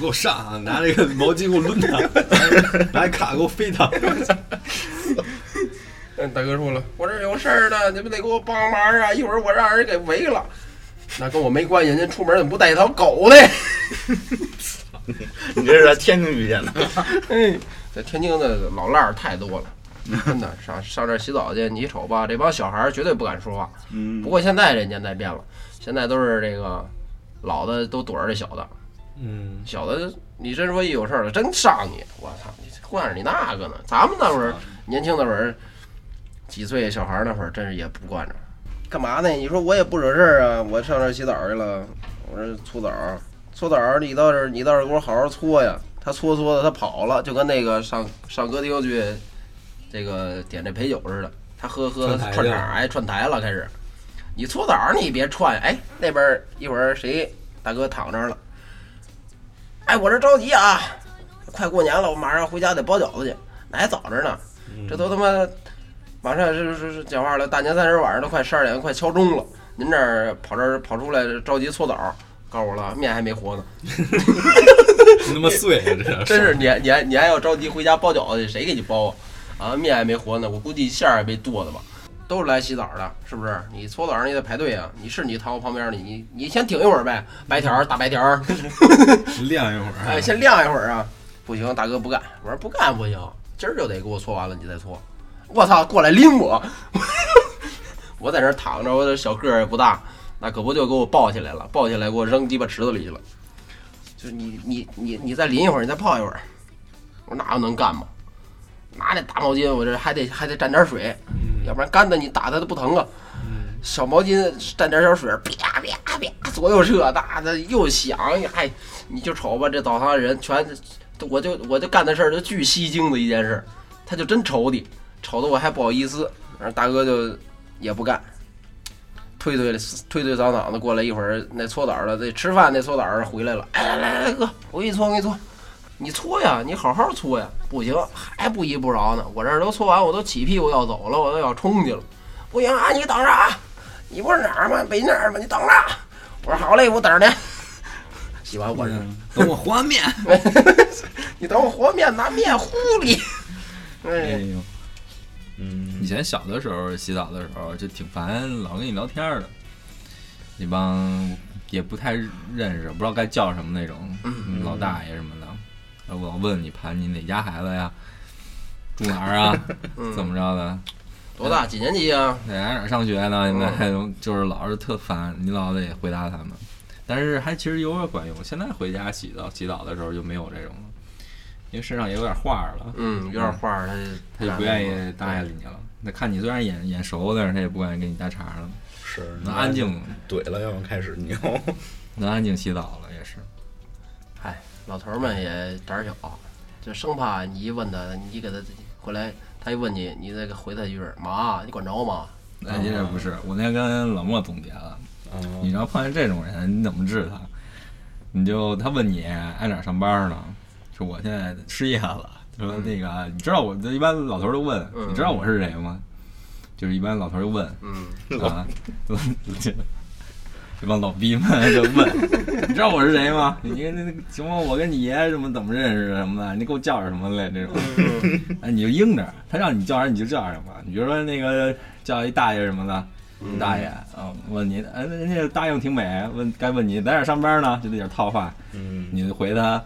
Speaker 6: 给我上啊！拿这个毛巾给我抡他，拿卡给我飞 他。
Speaker 3: 嗯，大哥说了，我这儿有事儿呢，你们得给我帮忙啊！一会儿我让人给围了，那跟我没关系。您出门怎么不带一条狗呢？
Speaker 2: 你这是在天津遇见的？
Speaker 3: 哎，
Speaker 5: 在天津的老赖儿太多了，真的上上这儿洗澡去，你瞅吧，这帮小孩儿绝对不敢说话。
Speaker 2: 嗯
Speaker 5: 不过现在这年代变了，现在都是这个老的都躲着这小的，
Speaker 6: 嗯，
Speaker 5: 小的你真说一有事儿了，真上你，我操，你惯着你那个呢。咱们那会儿年轻那会儿，几岁小孩儿那会儿真是也不惯着。
Speaker 3: 干嘛呢？你说我也不惹事儿啊，我上这儿洗澡去了，我这搓澡儿，搓澡儿你倒是你倒是给我好好搓呀。他搓搓的，他跑了，就跟那个上上歌厅去，
Speaker 5: 这个点这陪酒似的，他喝喝
Speaker 6: 串台
Speaker 5: 串
Speaker 6: 去
Speaker 5: 场
Speaker 6: 了
Speaker 5: 儿，哎，串台了开始。你搓澡儿你别串，哎，那边儿一会儿谁大哥躺那儿了，哎，我这着急啊，快过年了，我马上回家得包饺子去，那还早着呢，这都他妈马上是是是讲话了，大年三十晚上都快十二点，快敲钟了，您这儿跑这儿跑出来着急搓澡儿，告诉我了，面还没和呢，
Speaker 6: 那么碎啊，这
Speaker 5: 真是你还你还你还要着急回家包饺子去，谁给你包啊？啊，面还没和呢，我估计馅儿还没剁呢吧。都是来洗澡的，是不是？你搓澡你得排队啊！你是你躺我旁边的，你你先挺一会儿呗，白条儿大白条儿，
Speaker 6: 晾一会儿。
Speaker 5: 哎，先晾一会儿啊！不行，大哥不干，我说不干不行，今儿就得给我搓完了你再搓。我操，过来拎我！ 我在那儿躺着，我这小个儿也不大，那可不就给我抱起来了，抱起来给我扔鸡巴池子里去了。就是你你你你再淋一会儿，你再泡一会儿，我说那又能干吗？拿那大毛巾，我这还得还得蘸点水，要不然干的你打它都不疼啊。小毛巾蘸点小水，啪啪啪，左右撤，那的又响，哎，你就瞅吧，这澡堂人全，我就我就干的事儿就巨吸睛的一件事，他就真瞅你，瞅得我还不好意思，然后大哥就也不干，推推推推搡搡的过来，一会儿那搓澡的，那吃饭那搓澡的回来了，哎来来来哥，我给你搓，我给你搓，你搓呀，你好好搓呀，不行，还不依不饶呢，我这儿都搓完，我都起屁股要走了，我都要冲去了，不行啊，你等着啊，你不是哪儿吗？北京哪儿吗？你等着啊，我说好嘞，我等着呢。 洗完我是
Speaker 6: 等我和完面。
Speaker 5: 你等我和面拿面糊里。
Speaker 1: 哎
Speaker 5: 哎，
Speaker 1: 呦，
Speaker 2: 嗯，
Speaker 1: 以前小的时候洗澡的时候就挺烦，老跟你聊天儿的，那帮也不太认识，不知道该叫什么那种嗯
Speaker 6: 嗯
Speaker 1: 老大爷什么的，然后老问你盘你哪家孩子呀，住哪儿 啊，
Speaker 6: 嗯
Speaker 1: 怎么着的，
Speaker 5: 多大？几年级啊？
Speaker 1: 在哪儿上学呢？现在 就是老是特烦，你老得回答他们。但是还其实有点管用，现在回家洗澡洗澡的时候就没有这种了，因为身上也有点画儿了，
Speaker 5: 嗯，有点话儿，
Speaker 1: 他就不愿意搭理你了。那看你虽然眼眼熟，但是他也不愿意跟你搭茬了，
Speaker 2: 是
Speaker 1: 能安，静
Speaker 2: 怼了，要不然开始牛。
Speaker 1: 能安静洗澡了也是。
Speaker 5: 哎，老头儿们也胆儿小，就生怕你一问他，你给他回来，他一问你，你再给回他一句儿：“妈，你管着吗
Speaker 1: 那也哎不是，我那天跟老莫总结了，你要碰见这种人，你怎么治他？你就他问你爱哪儿上班呢？说我现在啊失业了。他说那个，你知道我这一般老头儿都问，你知道我是谁吗？就是一般老头儿就问
Speaker 5: 嗯，
Speaker 1: 啊，都这这帮老逼们就问，你知道我是谁吗？你那那什么，我跟你爷爷什么怎么认识的什么的，你给我叫点什么来这种，哎，你就应着，他让你叫啥你就叫什么，你比如说那个叫一大爷什么的。大爷，嗯，问你，哎，那那答应挺美，问该问你在哪儿上班呢？就那点套话，
Speaker 2: 嗯，
Speaker 1: 你就回他，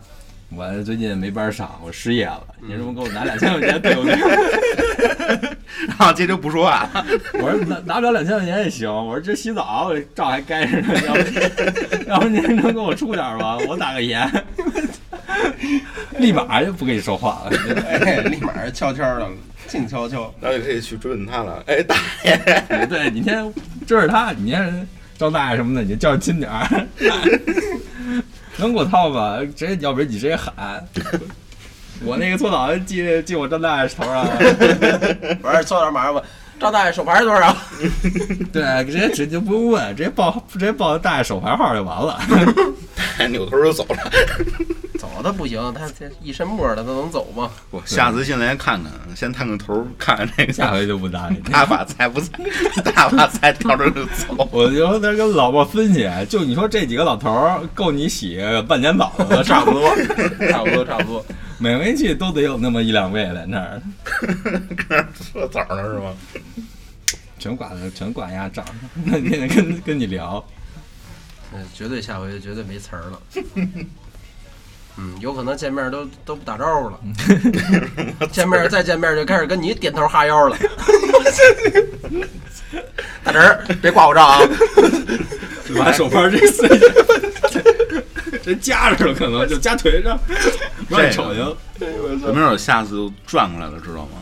Speaker 1: 我最近没班上，我失业了，你是不是给我拿两千块钱对不对？
Speaker 2: 然后接着不说话了，
Speaker 1: 我说拿拿不了两千块钱也行，我说这洗澡我照还该着呢，要不 要不您能给我出点吧？我打个盐， 立马就不跟你说话了。
Speaker 3: 哎，立马悄悄的，静悄悄。
Speaker 2: 然后你可以去追问他了。哎，大 爷，
Speaker 1: 对，你先追着他，你先赵大爷什么的，你就叫亲点儿， 能给我套吧？直接，要不然你直接喊。我那个搓澡记记我张大爷头上了，
Speaker 3: 完事儿，坐那马上问赵大爷手牌多少？
Speaker 1: 对，直接直接就不用问，直接报直接报大爷手牌号就完了。
Speaker 2: 扭头就走了。
Speaker 5: 走的不行，他这一身沫儿的，他能走吗？
Speaker 2: 我下次先来看看，先探个头，看看这
Speaker 1: 下
Speaker 2: 个
Speaker 1: 回就不搭理你。
Speaker 2: 大把菜不菜， 大把菜挑着就 走。
Speaker 1: 我就在那跟老莫分析，就你说这几个老头儿够你洗半年澡的， 差不多，
Speaker 5: 差不多，差不多。
Speaker 1: 每回去都得有那么一两位在那儿，
Speaker 2: 这枣呢是吗？
Speaker 1: 全挂的全挂压账，那天天跟 跟你聊，
Speaker 5: 嗯，绝对下回绝对没词儿了。嗯，有可能见面都都不打招呼 了，见面再见面就开始跟你点头哈腰了。大侄儿，别挂我账啊！
Speaker 1: 把手腕儿这碎，这夹着了，可能就夹腿上， 不让你瞅见。
Speaker 2: 有没有下次就转过来了，知道吗？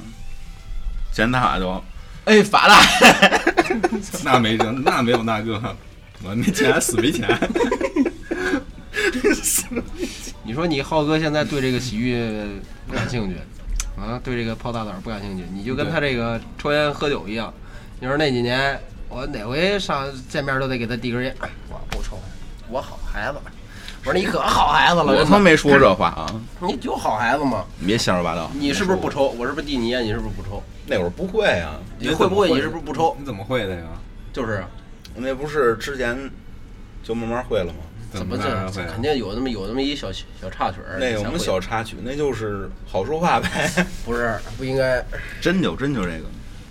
Speaker 2: 捡大把就
Speaker 5: 哎，法大爷，
Speaker 1: 那没辙，那没有那个，我没钱，死没钱。
Speaker 5: 你说你浩哥现在对这个洗浴不感兴趣啊？对这个泡大澡不感兴趣，你就跟他这个抽烟喝酒一样。你说那几年我哪回上见面都得给他递根烟，哎我不抽，我好孩子。我说你可好孩子了，
Speaker 2: 我
Speaker 5: 真
Speaker 2: 他
Speaker 5: 的
Speaker 2: 没说这话啊！
Speaker 5: 你就好孩子嘛。
Speaker 2: 你别瞎说八道。
Speaker 5: 你是不是不抽？我是不是递你烟？你是不是不抽？
Speaker 2: 那会儿不会啊？
Speaker 5: 你会不 会？你是不是不抽？
Speaker 1: 嗯
Speaker 6: 你怎么会的呀？
Speaker 5: 就是啊
Speaker 2: 那不是之前就慢慢会了吗？
Speaker 5: 怎么
Speaker 6: 么
Speaker 5: 这
Speaker 6: 着会啊？
Speaker 5: 肯定有那么有那么一小小插曲儿。
Speaker 2: 那有什么小插曲？那就是好说话呗。
Speaker 5: 不是不应该？真
Speaker 2: 有 真就这个，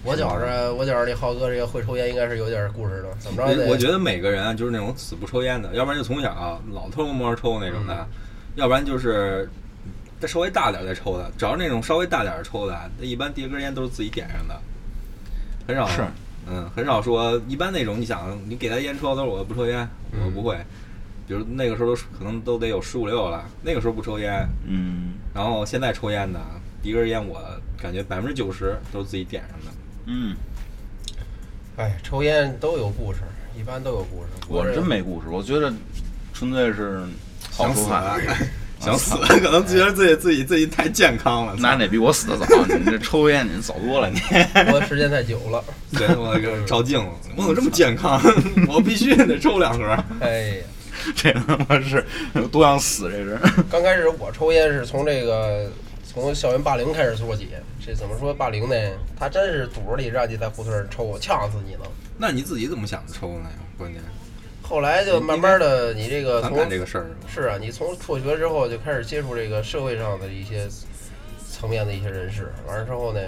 Speaker 5: 我觉着我觉着这浩哥这个会抽烟应该是有点故事的，怎么着得？
Speaker 6: 我觉得每个人啊，就是那种死不抽烟的，要不然就从小、啊老偷摸抽那种的，要不然就是再稍微大点儿再抽的。只要是那种稍微大点儿抽的，啊那一般第一根烟都是自己点上的，很少
Speaker 2: 是，
Speaker 6: 嗯，很少说一般那种，你想你给他烟抽，他说我不抽烟，我不会。比如那个时候都是可能都得有十五六了，那个时候不抽烟，
Speaker 2: 嗯
Speaker 6: 然后现在抽烟的，第一根烟我感觉百分之九十都是自己点上的。
Speaker 2: 嗯，
Speaker 5: 哎，抽烟都有故事，一般都有故事。
Speaker 2: 我是
Speaker 5: 这
Speaker 2: 真没故事，我觉得纯粹是好
Speaker 6: 想
Speaker 2: 说
Speaker 6: 死
Speaker 2: 话
Speaker 1: 啊
Speaker 6: 了。， 想死了，可能觉得自己自己自己太健康了。
Speaker 2: 那得比我死的早，你这抽烟你早多了，你
Speaker 5: 我时间太久了。
Speaker 6: 对，我 给照镜子，我怎么这么健康？我必须得抽两盒。
Speaker 5: 哎呀，
Speaker 2: 这他妈是多想死这是。
Speaker 5: 刚开始我抽烟是从这个从校园霸凌开始做起。这怎么说霸凌呢？他真是堵着你，让你在胡同儿抽，我呛死你了。
Speaker 6: 那你自己怎么想着抽呢？关键
Speaker 5: 后来就慢慢的，你这个
Speaker 6: 反
Speaker 5: 从
Speaker 6: 感这个事儿是吧
Speaker 5: 是啊，你从辍学之后就开始接触这个社会上的一些层面的一些人士，完了之后呢，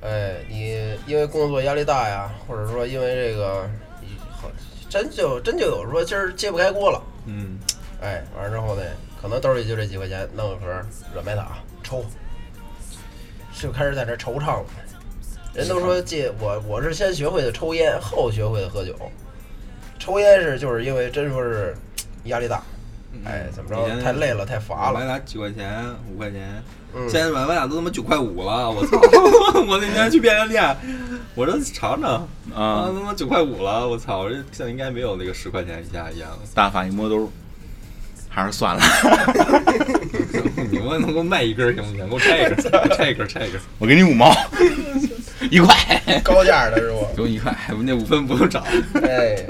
Speaker 5: 哎，你因为工作压力大呀，或者说因为这个，你好，真就真就有说今儿揭不开锅了，
Speaker 6: 嗯，
Speaker 5: 哎，完了之后呢，可能兜里就这几块钱，弄个盒软白塔抽，就开始在那惆怅了。人都说戒我，我是先学会的抽烟，后学会的喝酒。抽烟是就是因为真说是压力大，哎，怎么着太累了，太乏
Speaker 6: 买
Speaker 5: 了。
Speaker 6: 俩几块钱，五块钱，
Speaker 5: 嗯
Speaker 6: 现在买完俩都他妈九块五了，我操！ 我那天去便利店，我说尝尝，啊，他
Speaker 2: 啊，
Speaker 6: 妈九块五了，我操！我这现在应该没有那个十块钱一下一样了。
Speaker 2: 大发一摸兜，还是算了。
Speaker 6: 你们能给我卖一根行不行？给我拆一根，给我拆一根，拆一根。
Speaker 2: 我给你五毛，一块。
Speaker 5: 高价的是不？
Speaker 1: 给我一块，
Speaker 6: 哎那五分不用找。
Speaker 5: 哎，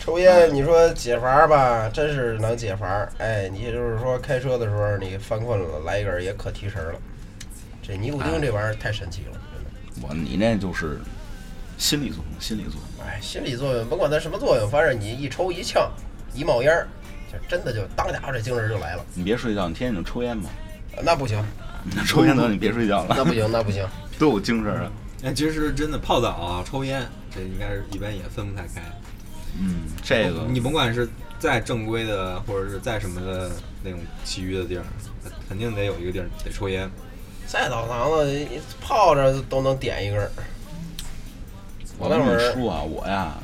Speaker 5: 抽烟你说解乏吧，真是能解乏。哎，你就是说开车的时候你犯困了，来一根儿也可提神儿了。这尼古丁这玩意儿太神奇了，真的。
Speaker 2: 我你那就是心理作用，心理作用。
Speaker 5: 哎，心理作用，甭管它什么作用，反正你一抽一呛一冒烟儿，就真的就当家伙这精神就来了。
Speaker 2: 你别睡觉，你天天就抽烟吧。
Speaker 5: 呃那不行，
Speaker 2: 那抽烟的你别睡觉
Speaker 5: 那
Speaker 2: 了，
Speaker 5: 不行，那不 行。
Speaker 2: 多有精神啊！
Speaker 1: 那其实真的泡澡啊、抽烟，这应该是一般也分不太开。
Speaker 2: 嗯，这个
Speaker 1: 你甭管是再正规的，或者是再什么的那种其余的地儿，肯定得有一个地儿得抽烟。
Speaker 5: 再澡堂子泡着都能点一根儿。我
Speaker 2: 我跟
Speaker 5: 那会
Speaker 2: 你
Speaker 5: 儿
Speaker 2: 说啊，我呀，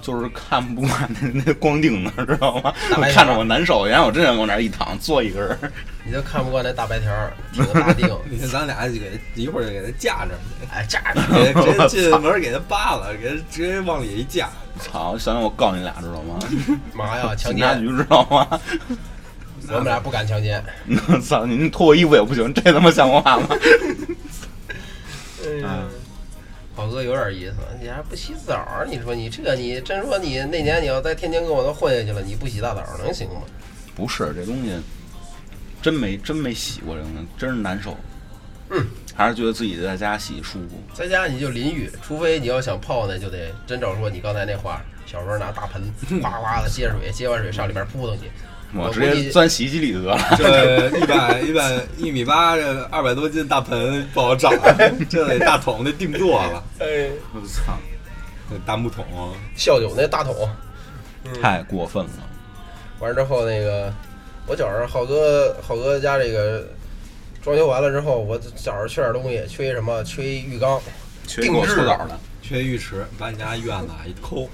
Speaker 2: 就是看不惯那那光腚子，知道吗？
Speaker 5: 大
Speaker 2: 我
Speaker 5: 白条
Speaker 2: 看着我难受，然后我真想往那儿一躺，坐一根儿。
Speaker 5: 你就看不惯那大白条儿，挺个大 腚。
Speaker 1: 你看咱俩就给他一会儿就给他架 着，
Speaker 5: 哎，这样
Speaker 1: 给他直接
Speaker 2: 我
Speaker 1: 进
Speaker 2: 操
Speaker 1: 门给他扒了，给他直接往里一架。
Speaker 2: 操！想想我告你俩，知道吗？
Speaker 5: 嘛呀？强
Speaker 2: 警察
Speaker 5: 奸？
Speaker 2: 局知道吗？
Speaker 5: 我们俩不敢强奸。
Speaker 2: 操！您脱我衣服也不行，这他妈像话吗？
Speaker 5: 哎宝嗯哥有点意思，你还不洗澡儿？你说你这你真说你那年你要在天津跟我都混下去了，你不洗大澡儿能行吗？
Speaker 2: 不是这东西，真没真没洗过，这东西真是难受。
Speaker 5: 嗯，
Speaker 2: 还是觉得自己在家洗舒服。
Speaker 5: 在家你就淋浴，除非你要想泡呢，就得真照说你刚才那话，小时候拿大 盆哗哗的接水，接完水上里边扑腾去。
Speaker 2: 我
Speaker 5: 我
Speaker 2: 直
Speaker 5: 估
Speaker 2: 接
Speaker 5: 计
Speaker 2: 钻洗衣机里得了。
Speaker 1: 这一百一百一米八，这二百多斤大盆不好找， 这得大桶得定做了，
Speaker 5: 哎，
Speaker 2: 我操！
Speaker 1: 那 大木桶。
Speaker 5: 校酒那大桶，
Speaker 2: 太过分了。
Speaker 5: 完之后那个，我觉着浩哥浩哥家这个装修完了之后，我觉着缺点东西，缺什么？缺一浴缸，
Speaker 2: 缺
Speaker 5: 定
Speaker 2: 给我
Speaker 5: 制
Speaker 2: 搓澡
Speaker 5: 的
Speaker 2: 的，
Speaker 1: 缺浴池，把你家院子啊一 抠，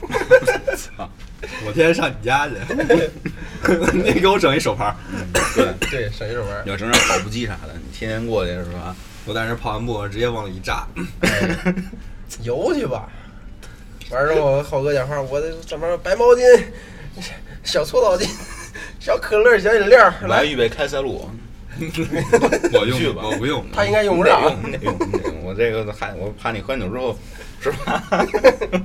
Speaker 1: 我天天上你家 去，你给我整一手牌儿，
Speaker 5: 对，省一手玩。
Speaker 2: 要整点跑步机啥的，你天天过去是吧？
Speaker 1: 我在那泡完步直接往里一扎，哎
Speaker 5: 游去吧。完之后，浩哥讲话，我得怎么白毛巾、小搓澡巾、小可乐、小饮料，
Speaker 2: 我还
Speaker 5: 来，
Speaker 2: 预备开塞露，
Speaker 1: 我
Speaker 2: 去
Speaker 1: 用
Speaker 2: 吧
Speaker 1: 我不 用，
Speaker 5: 他应该用不
Speaker 2: 得
Speaker 5: 上。
Speaker 2: 用得用得用，我这个还我怕你喝完酒之后是吧？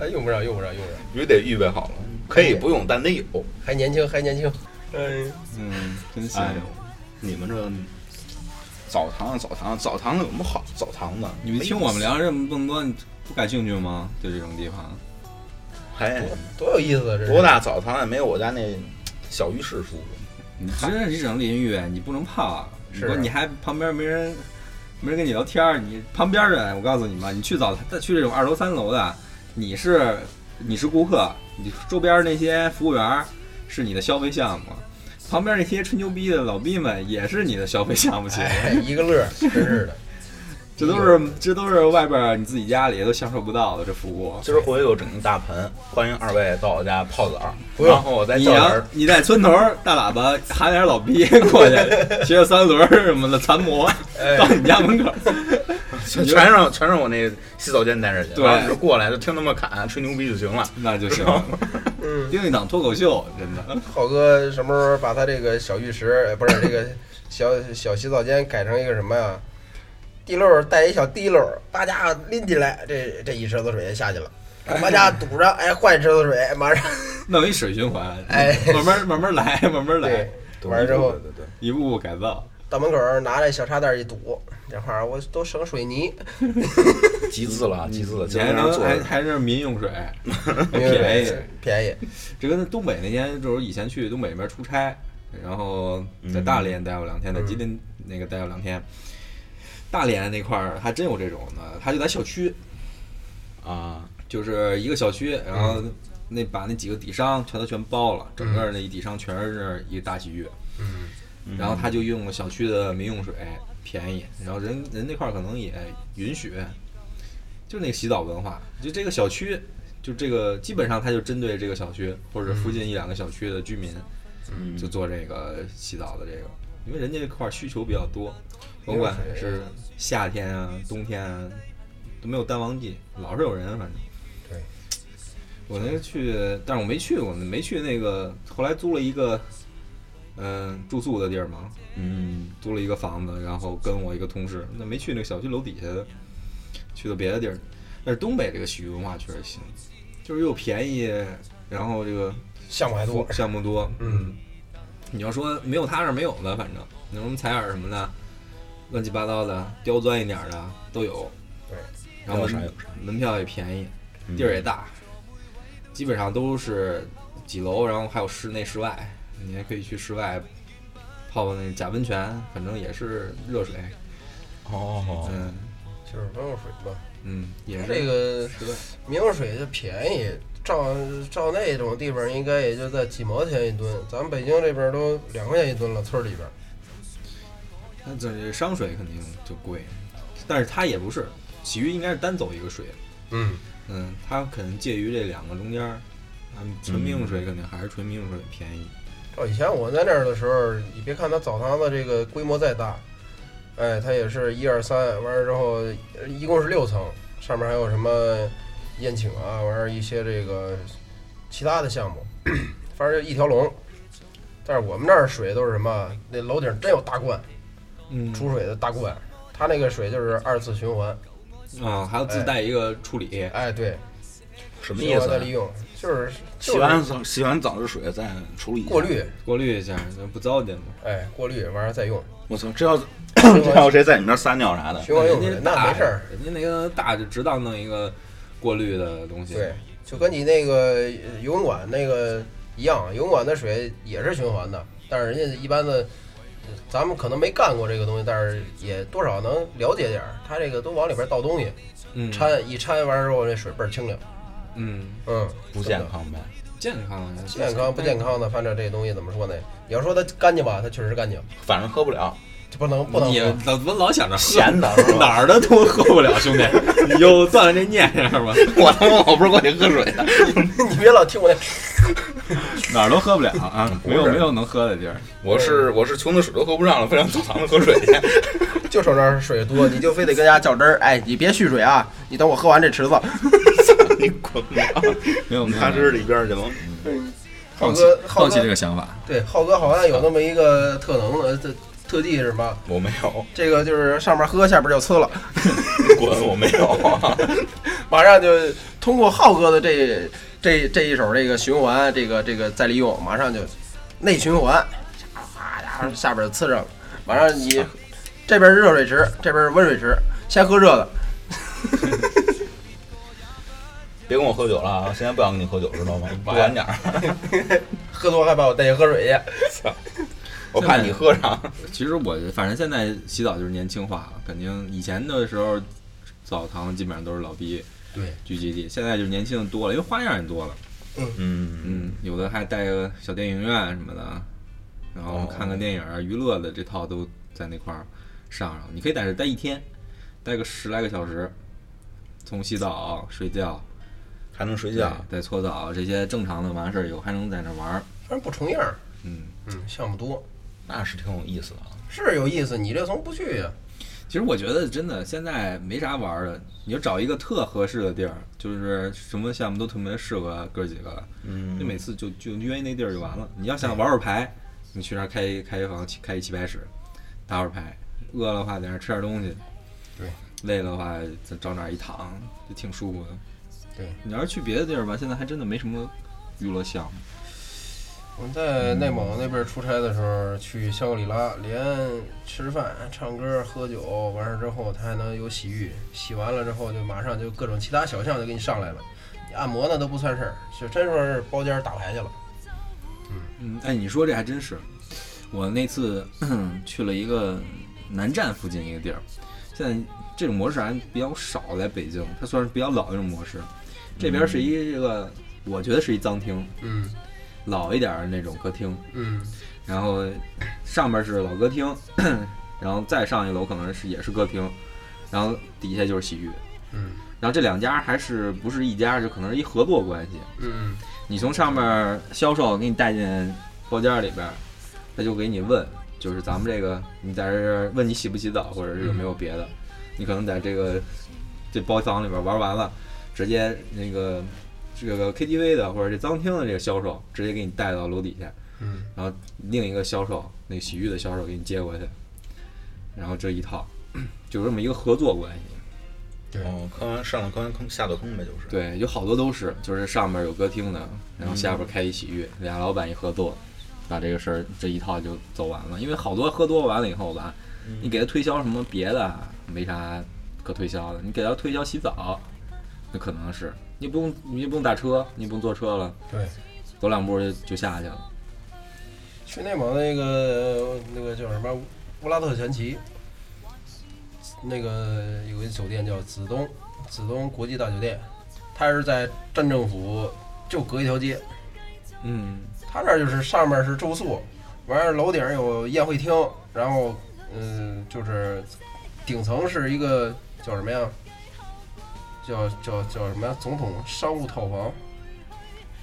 Speaker 5: 哎，用不上，用不上，用不上，
Speaker 2: 必须得预备好了，可以不用，但得有。
Speaker 5: 还年轻，还年轻。
Speaker 2: 哎
Speaker 5: 嗯，
Speaker 1: 嗯，真行。
Speaker 2: 哎呦，你们这澡堂啊澡堂啊澡堂子有什么好澡堂子？
Speaker 1: 你们听我们聊这么这么多，你不感兴趣吗？对这种地方，
Speaker 2: 哎，
Speaker 5: 多有意思啊！这是
Speaker 2: 多？大澡堂也没有我家那小浴室舒服。
Speaker 1: 你直接你整淋浴，你不能泡啊！你
Speaker 5: 是
Speaker 1: 说你还旁边没人，没人跟你聊天儿，你旁边的，我告诉你吧，你去澡堂，再去这种二楼三楼的，你是你是顾客，你周边那些服务员儿是你的消费项目，旁边那些吹牛逼的老逼们也是你的消费项目，其实
Speaker 5: 哎，一个乐儿，真是的。
Speaker 1: 这都是这都是外边儿你自己家里都享受不到的这服务。
Speaker 2: 今儿回去我整一大盆，欢迎二位到我家泡澡。
Speaker 5: 不用
Speaker 2: 然后我再
Speaker 1: 你
Speaker 2: 叫
Speaker 1: 要
Speaker 2: 人，
Speaker 1: 你在村头儿大喇叭喊点儿老逼过去，骑着三轮儿什么的残模到你家门口儿，
Speaker 2: 全全让全让我那洗澡间待着去，
Speaker 1: 对
Speaker 2: 然后就过来就听他们侃吹牛逼就 行了。
Speaker 1: 那就行了。
Speaker 5: 嗯，
Speaker 1: 另一档脱口秀，真 的，
Speaker 5: 浩哥什么时候把他这个小浴池，呃不是这个小小洗澡间改成一个什么呀？地漏儿带一小地漏儿，叭家伙拎起来，这这一池子水就下去了。把家伙堵上，哎，换一池子水，马上
Speaker 1: 弄一水循环，
Speaker 5: 哎
Speaker 1: 慢慢慢慢 来，慢慢来
Speaker 5: 对，，完之后
Speaker 2: 对对
Speaker 1: 一步步改造。
Speaker 5: 到门口儿拿着小插袋一堵，这块儿我都省水泥，
Speaker 2: 对，集资了，集资了，今
Speaker 1: 还
Speaker 2: 天让
Speaker 1: 嗯能
Speaker 2: 坐
Speaker 1: 还
Speaker 2: 着
Speaker 1: 还是民 用水，便宜。
Speaker 5: 便宜，
Speaker 1: 这跟东北那天就是以前去东北那边出差，然后在大连待过两
Speaker 5: 嗯
Speaker 1: 天，在吉林那个待过两天。大连那块儿还真有这种的，他就在小区，
Speaker 2: 啊，
Speaker 1: 就是一个小
Speaker 5: 嗯
Speaker 1: 区，然后那把那几个底商全都全包了，整
Speaker 5: 嗯
Speaker 1: 个那一底商全是一个大洗浴。嗯，然后他就用小区的民用水，便宜，然后人人那块儿可能也允许，就那个洗澡文化，就这个小区，就这个基本上他就针对这个小区或者附近一两个小区的居民，
Speaker 2: 嗯
Speaker 1: 就做这个洗澡的这个，因为人家这块儿需求比较多，甭管是夏天啊、冬天啊，都没有淡旺季，老是有人，反正。
Speaker 5: 对，
Speaker 1: 我那个去，但是我没去过，没去那个，后来租了一个，嗯、住宿的地儿嘛，
Speaker 2: 嗯，
Speaker 1: 租了一个房子，然后跟我一个同事，那没去那个小区楼底下的，去的别的地儿。但是东北这个洗浴文化确实行，就是又便宜，然后这个
Speaker 5: 项目还多，
Speaker 1: 项目多，
Speaker 5: 嗯，
Speaker 1: 你要说没有他那儿没有的，反正那什么采耳什么的，乱七八糟的、刁钻一点儿的都有。
Speaker 5: 对，
Speaker 1: 然后
Speaker 2: 要啥
Speaker 1: 门
Speaker 2: 有啥
Speaker 1: 门票也便宜，
Speaker 2: 嗯
Speaker 1: 地儿也大，基本上都是几楼，然后还有室内、室外，你还可以去室外泡泡那假温泉，反正也是热水，
Speaker 7: 哦，
Speaker 1: 嗯
Speaker 5: 就是温水嘛。
Speaker 1: 嗯，也是
Speaker 5: 这个
Speaker 1: 室外。
Speaker 5: 明油水就便宜，照照那种地方应该也就在几毛钱一吨，咱们北京这边都两块钱一吨了，村儿里边。
Speaker 1: 那这商水肯定就贵，但是它也不是，洗浴应该是单走一个水，
Speaker 5: 嗯，
Speaker 1: 嗯，它可能介于这两个中间儿。嗯，纯民用水肯定还是纯民用水便宜。
Speaker 5: 照哦以前我在那儿的时候，你别看它澡堂子这个规模再大，哎，它也是一二三，完了之后呃一共是六层，上面还有什么宴请啊，完了一些这个其他的项目，反正就一条龙。但是我们那儿水都是什么？那楼顶真有大罐
Speaker 1: 嗯
Speaker 5: 出水的大罐，它那个水就是二次循环。
Speaker 1: 啊，还要自带一个处理。
Speaker 5: 哎，对，
Speaker 2: 什么
Speaker 5: 循
Speaker 2: 意
Speaker 5: 环
Speaker 2: 思
Speaker 5: 再
Speaker 2: 啊？
Speaker 5: 利用，就是就
Speaker 2: 洗
Speaker 5: 是
Speaker 2: 完澡洗完澡的水再处理一下
Speaker 5: 过滤，，
Speaker 1: 过滤一下，不糟践嘛。
Speaker 5: 哎，过滤完了再用，
Speaker 2: 我操，这要 这要谁在你那儿撒尿啥的，
Speaker 5: 循环用
Speaker 1: 人
Speaker 5: 水
Speaker 1: 家
Speaker 5: 那
Speaker 1: 大
Speaker 5: 没事儿。，
Speaker 1: 人家那个大就知道弄一个过滤的东西。
Speaker 5: 对，，就跟你那个呃游泳馆那个一样，游泳馆的水也是循环的，但是人家一般的，呃咱们可能没干过这个东西，但是也多少能了解点儿。它这个都往里边倒东西，
Speaker 1: 嗯，
Speaker 5: 掺一掺完之后，那水倍儿清凉。
Speaker 1: 嗯，
Speaker 5: 嗯，
Speaker 2: 不健康呗？
Speaker 1: 健康，啊
Speaker 5: 健康不健？康的，反正这东西怎么说呢？你要说它干净吧，它确实干净，
Speaker 2: 反正喝不 了，
Speaker 5: 这不能不能
Speaker 1: 你
Speaker 5: 喝。
Speaker 1: 老怎么老想着喝
Speaker 2: 咸的是吧
Speaker 1: 哪儿的都喝不了，兄弟，你就攥着这念想吧。
Speaker 2: 我他妈我不是过去喝水的，
Speaker 5: 你别老听我那，
Speaker 1: 哪儿都喝不了啊，没有
Speaker 2: 嗯不是
Speaker 1: 没有能喝的地儿。
Speaker 2: 我是我是穷的水都喝不上了，非让澡堂子喝水去。
Speaker 5: 就手那儿水多，你就非得跟家较真儿。哎，你别蓄水啊！你等我喝完这池子。
Speaker 2: 你滚吧，
Speaker 1: 没有，没嗯有
Speaker 2: 踏实里边去吧。
Speaker 5: 浩
Speaker 7: 放弃
Speaker 5: 哥，浩
Speaker 7: 放弃这
Speaker 5: 哥，
Speaker 7: 个想法，
Speaker 5: 对，浩哥好像有那么一个特能呃，特特技是吧？
Speaker 2: 我没有，
Speaker 5: 这个就是上面喝，下边就呲了，
Speaker 2: 滚，我没有。啊
Speaker 5: 马上就通过浩哥的这这这一手这个循环，这个这个再利用，马上就内循环，啊呀，下边呲上了，马上你这边是热水池，这边是温水池，先喝热的，
Speaker 2: 别跟我喝酒了啊！现在不想跟你喝酒，知 道吗？不管点儿，
Speaker 5: 喝多害怕我带你喝水去。
Speaker 2: 我怕你喝上。
Speaker 1: 其实我反正现在洗澡就是年轻化了，肯定以前的时候澡堂基本上都是老逼
Speaker 5: 对，
Speaker 1: 聚集地，现在就是年轻的多了，因为花样也多了。
Speaker 2: 嗯，
Speaker 1: 嗯，有的还带个小电影院什么的，然后
Speaker 2: 哦
Speaker 1: 看看电影儿、娱乐的这套都在那块儿上上。你可以在这待一天，待个十来个小时，从洗澡、睡觉、
Speaker 2: 还能睡
Speaker 1: 睡
Speaker 2: 觉。
Speaker 1: 再搓澡这些正常的完事儿以后，还能在那玩儿。
Speaker 5: 反正不重样儿，
Speaker 1: 嗯，
Speaker 5: 嗯，项目多
Speaker 2: 那是挺有意思的。
Speaker 5: 是有意思，你这从不去啊呀、
Speaker 1: 其实我觉得真的现在没啥玩儿的，你就找一个特合适的地儿，就是什么项目都特别适合哥几个，
Speaker 2: 嗯
Speaker 1: 就每次就就约那地儿就完了。你要想玩会儿牌，你去那儿开一开一房，开一棋牌室，打会儿牌。饿了的话，在那儿吃点东西。
Speaker 5: 对。
Speaker 1: 累了的话，再找哪儿一躺，就挺舒服的。
Speaker 5: 对，
Speaker 1: 你要是去别的地儿吧，现在还真的没什么娱乐项目。
Speaker 5: 我们在内蒙那边出差的时候，去香格里拉，连吃饭、唱歌、喝酒，完事之后，他还能有洗浴，洗完了之后就马上就各种其他小项就给你上来了，你按摩那都不算事儿，就真说是包间打牌去了。
Speaker 1: 嗯，哎，你说这还真是，我那次 去了一个南站附近一个地儿，现在这种模式还比较少，在北京，它算是比较老的一种模式。这边是一这个，我觉得是一脏厅，
Speaker 5: 嗯
Speaker 1: 老一点儿的那种歌厅，
Speaker 5: 嗯
Speaker 1: 然后上面是老歌厅，然后再上一楼可能是也是歌厅，然后底下就是洗浴，
Speaker 5: 嗯
Speaker 1: 然后这两家还是不是一家，就可能是一合作关系。
Speaker 5: 嗯
Speaker 1: 你从上面销售给你带进包间里边儿，他就给你问，就是咱们这个你在这儿问你洗不洗澡，或者是有没有别的，你可能在这个这包房里边玩完了，直接那个这个 KTV 的或者这脏厅的这个销售直接给你带到楼底下，
Speaker 5: 嗯
Speaker 1: 然后另一个销售那个洗浴的销售给你接过去，然后这一套就这么一个合作关系。
Speaker 2: 哦，坑完上了坑完坑下了坑呗，就是。
Speaker 1: 对，有好多都是，就是上面有歌厅的，然后下边开一洗浴，俩老板一合作，把这个事儿这一套就走完了。因为好多喝多完了以后吧，
Speaker 8: 你给他推销什么别的，没啥可推销的。你给他推销洗澡，那可能是你不用你也不用打车，你也不用坐车了，
Speaker 5: 对，
Speaker 8: 走两步就就下去了。
Speaker 5: 去内蒙那个那个叫什么乌拉特前旗，那个有一酒店叫紫东紫东国际大酒店，它是在镇政府就隔一条街，
Speaker 8: 嗯，
Speaker 5: 它这儿就是上面是住宿，完了楼顶儿有宴会厅，然后嗯、就是顶层是一个叫什么呀？叫叫叫什么呀？总统商务套房。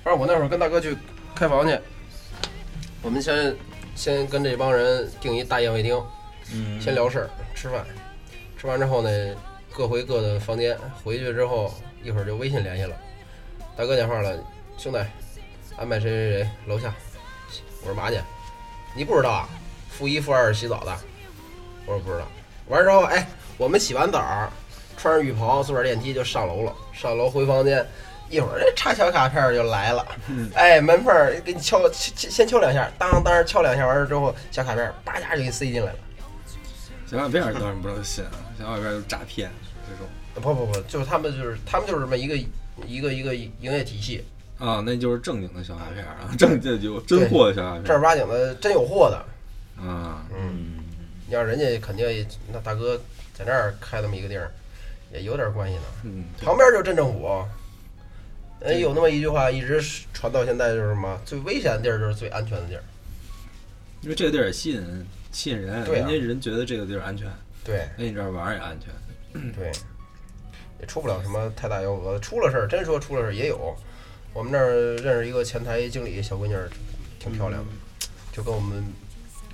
Speaker 5: 反正我那会儿跟大哥去开房去，我们先先跟这帮人订一大宴会厅，
Speaker 1: 嗯
Speaker 5: 先聊事儿，吃饭，吃完之后呢，各回各的房间。回去之后，一会儿就微信联系了，大哥电话了，兄弟，安排谁谁谁楼下。我说嘛去？你不知道啊？负一负二洗澡的。我说不知道。完之后，哎，我们洗完澡，穿上浴袍，坐上电梯就上楼了。上楼回房间，一会儿这插小卡片儿就来了。哎，门缝儿给你敲，先先敲两下，当当敲两下，完了之后，小卡片儿叭一下就给塞进来了。
Speaker 8: 小卡片儿当然不能信啊，小卡片儿就是诈骗这种
Speaker 5: 不不不，就是他们就是他们就是这么一个一个一个营业体系，
Speaker 8: 啊，那就是正经的小卡片儿啊， 正经有真货的小卡片
Speaker 5: 正儿
Speaker 8: 儿
Speaker 5: 八经的真有货的。
Speaker 8: 啊。
Speaker 5: 嗯，你让人家肯定也那大哥在那儿开那么一个地儿，也有点关系呢。
Speaker 8: 嗯，对
Speaker 5: 旁边就是镇政府，哎，有那么一句话一直传到现在，就是什么最危险的地儿就是最安全的地儿。
Speaker 8: 因为这个地儿也吸引吸引人，
Speaker 5: 对
Speaker 8: 人
Speaker 5: 啊
Speaker 8: 家人觉得这个地儿安全，哎
Speaker 5: 对
Speaker 8: 那你这儿玩儿也安全。
Speaker 5: 对，也出不了什么太大幺蛾子。出了事儿，真说出了事儿也有。我们那儿认识一个前台经理小闺女儿，挺漂亮的，就跟我们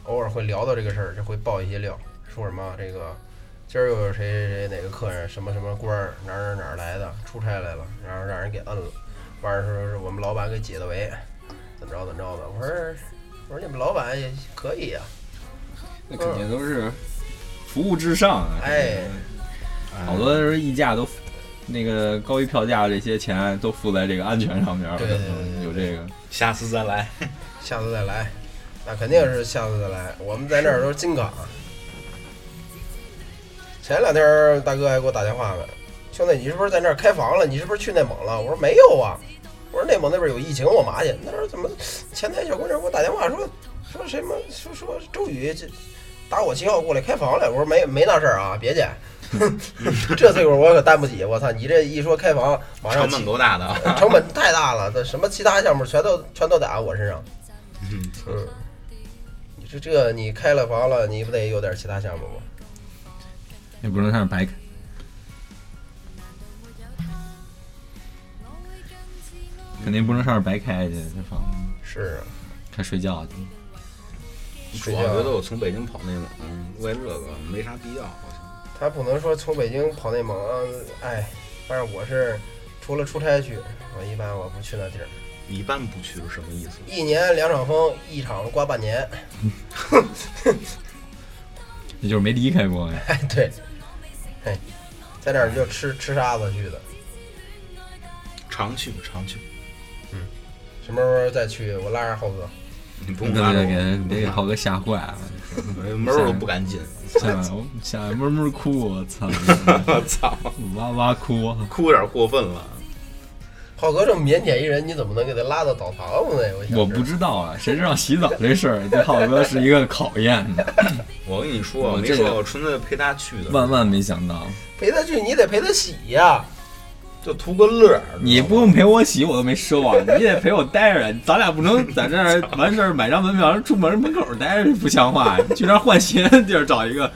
Speaker 5: 偶尔会聊到这个事儿，就会爆一些料，说什么这个今儿又有谁谁谁哪个客人什么什么官儿哪儿哪儿哪儿来的出差来了，然后让人给摁了，完了说是我们老板给解的围，怎么着怎么着的。我说我说你们老板也可以呀、
Speaker 8: 那肯
Speaker 5: 嗯
Speaker 8: 定都是服务至上啊！
Speaker 5: 哎，
Speaker 8: 好
Speaker 1: 好
Speaker 8: 多
Speaker 1: 多人溢价都那个高于票价这些钱都付在这个安全上面儿，
Speaker 5: 对对对对
Speaker 1: 有这个
Speaker 2: 下次再来。
Speaker 5: 下次再来，那肯定是下次再来。我们在那儿都是金港。前两天儿大哥还给我打电话呢，兄弟，你是不是在那儿开房了？你是不是去内蒙了？我说没有啊，我说内蒙那边有疫情，我嘛去？那时候怎么前台小姑娘给我打电话说说什么说说周宇这打我旗号过来开房来？我说没没那事儿啊，别介。 这岁数我可担不起，我操！你这一说开房，马上
Speaker 2: 成本多大的啊？
Speaker 5: 成本太大了，这什么其他项目全都全都打我身上。嗯，你这这你开了房了，你不得有点其他项目吗？
Speaker 1: 也不能算是白开。肯定不能上这白开去，这房子
Speaker 5: 是啊，
Speaker 1: 该睡觉去。
Speaker 2: 主要觉得我从北京跑内蒙，为了这个没啥必要，好像。
Speaker 5: 他不能说从北京跑内蒙，哎，但是我是除了出差去，我一般我不去那地儿。
Speaker 2: 你一般不去是什么意思？
Speaker 5: 一年两场风，一场刮半年。
Speaker 1: 也就是没离开过呀。
Speaker 5: 哎，对，哎，在那儿就吃吃沙子去的，
Speaker 2: 常去常去，
Speaker 5: 什么时候再去？我拉着浩哥，
Speaker 2: 你不
Speaker 1: 别
Speaker 2: 用拉着
Speaker 1: 别
Speaker 2: 我，
Speaker 1: 给别给浩哥吓坏 了，
Speaker 2: 门儿我都不 敢进。
Speaker 1: 吓我吓得闷闷哭，我操，
Speaker 2: 我操，
Speaker 1: 哇哇哭。
Speaker 2: 哭有点过分了。
Speaker 5: 浩哥这么腼腆一人，你怎么能给他拉到澡堂子呢？我想
Speaker 1: 我不知道啊，谁知道洗澡这事儿对浩哥是一个考验 呢，
Speaker 2: 我跟你说，
Speaker 1: 我
Speaker 2: 没
Speaker 1: 这个
Speaker 2: 说，我纯粹陪他去的，
Speaker 1: 万万没想到，
Speaker 5: 陪他去，你得陪他洗呀、
Speaker 2: 就图个乐儿。
Speaker 1: 你
Speaker 2: 知道吗
Speaker 1: 不用陪我洗，我都没奢望，你也得陪我待着，咱俩不能在这儿完事儿买张门票，出门门口待着不像话，去那儿换鞋的地儿找一个，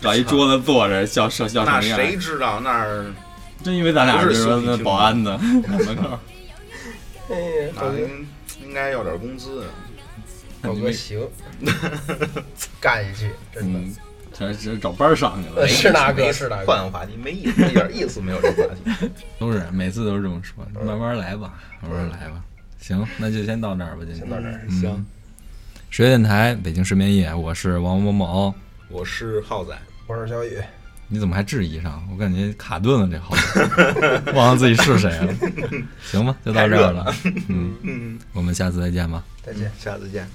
Speaker 1: 找一桌子坐着，笑笑笑
Speaker 2: 那
Speaker 1: 成样儿。
Speaker 2: 谁知道那儿
Speaker 1: 真因为咱俩
Speaker 2: 不是
Speaker 1: 是说
Speaker 2: 兄弟
Speaker 1: 那
Speaker 2: 情
Speaker 1: 保安 的门口，
Speaker 5: 哎，浩
Speaker 2: 那
Speaker 5: 哥。
Speaker 2: 应应该要点工资啊？
Speaker 5: 浩哥行， 干下去，真的。
Speaker 1: 嗯，这是找班儿上去了
Speaker 5: 哎。是大哥
Speaker 2: 没
Speaker 5: 是大哥
Speaker 2: 换个话题，没意思，一点意思没有这话题。
Speaker 1: 都是每次都是这么说，慢慢来吧，慢慢来吧。行，那就先到这儿吧，就
Speaker 5: 先到这儿。
Speaker 2: 行，
Speaker 1: 十月电台北京失眠夜，我是王某某。
Speaker 2: 我是浩仔，
Speaker 5: 我是小雨，
Speaker 1: 你怎么还质疑上？我感觉卡顿了，这好像 忘了自己是谁 了。行吧，就到这儿了。嗯，我们下次再见吧。
Speaker 5: 再见。
Speaker 2: 下次见。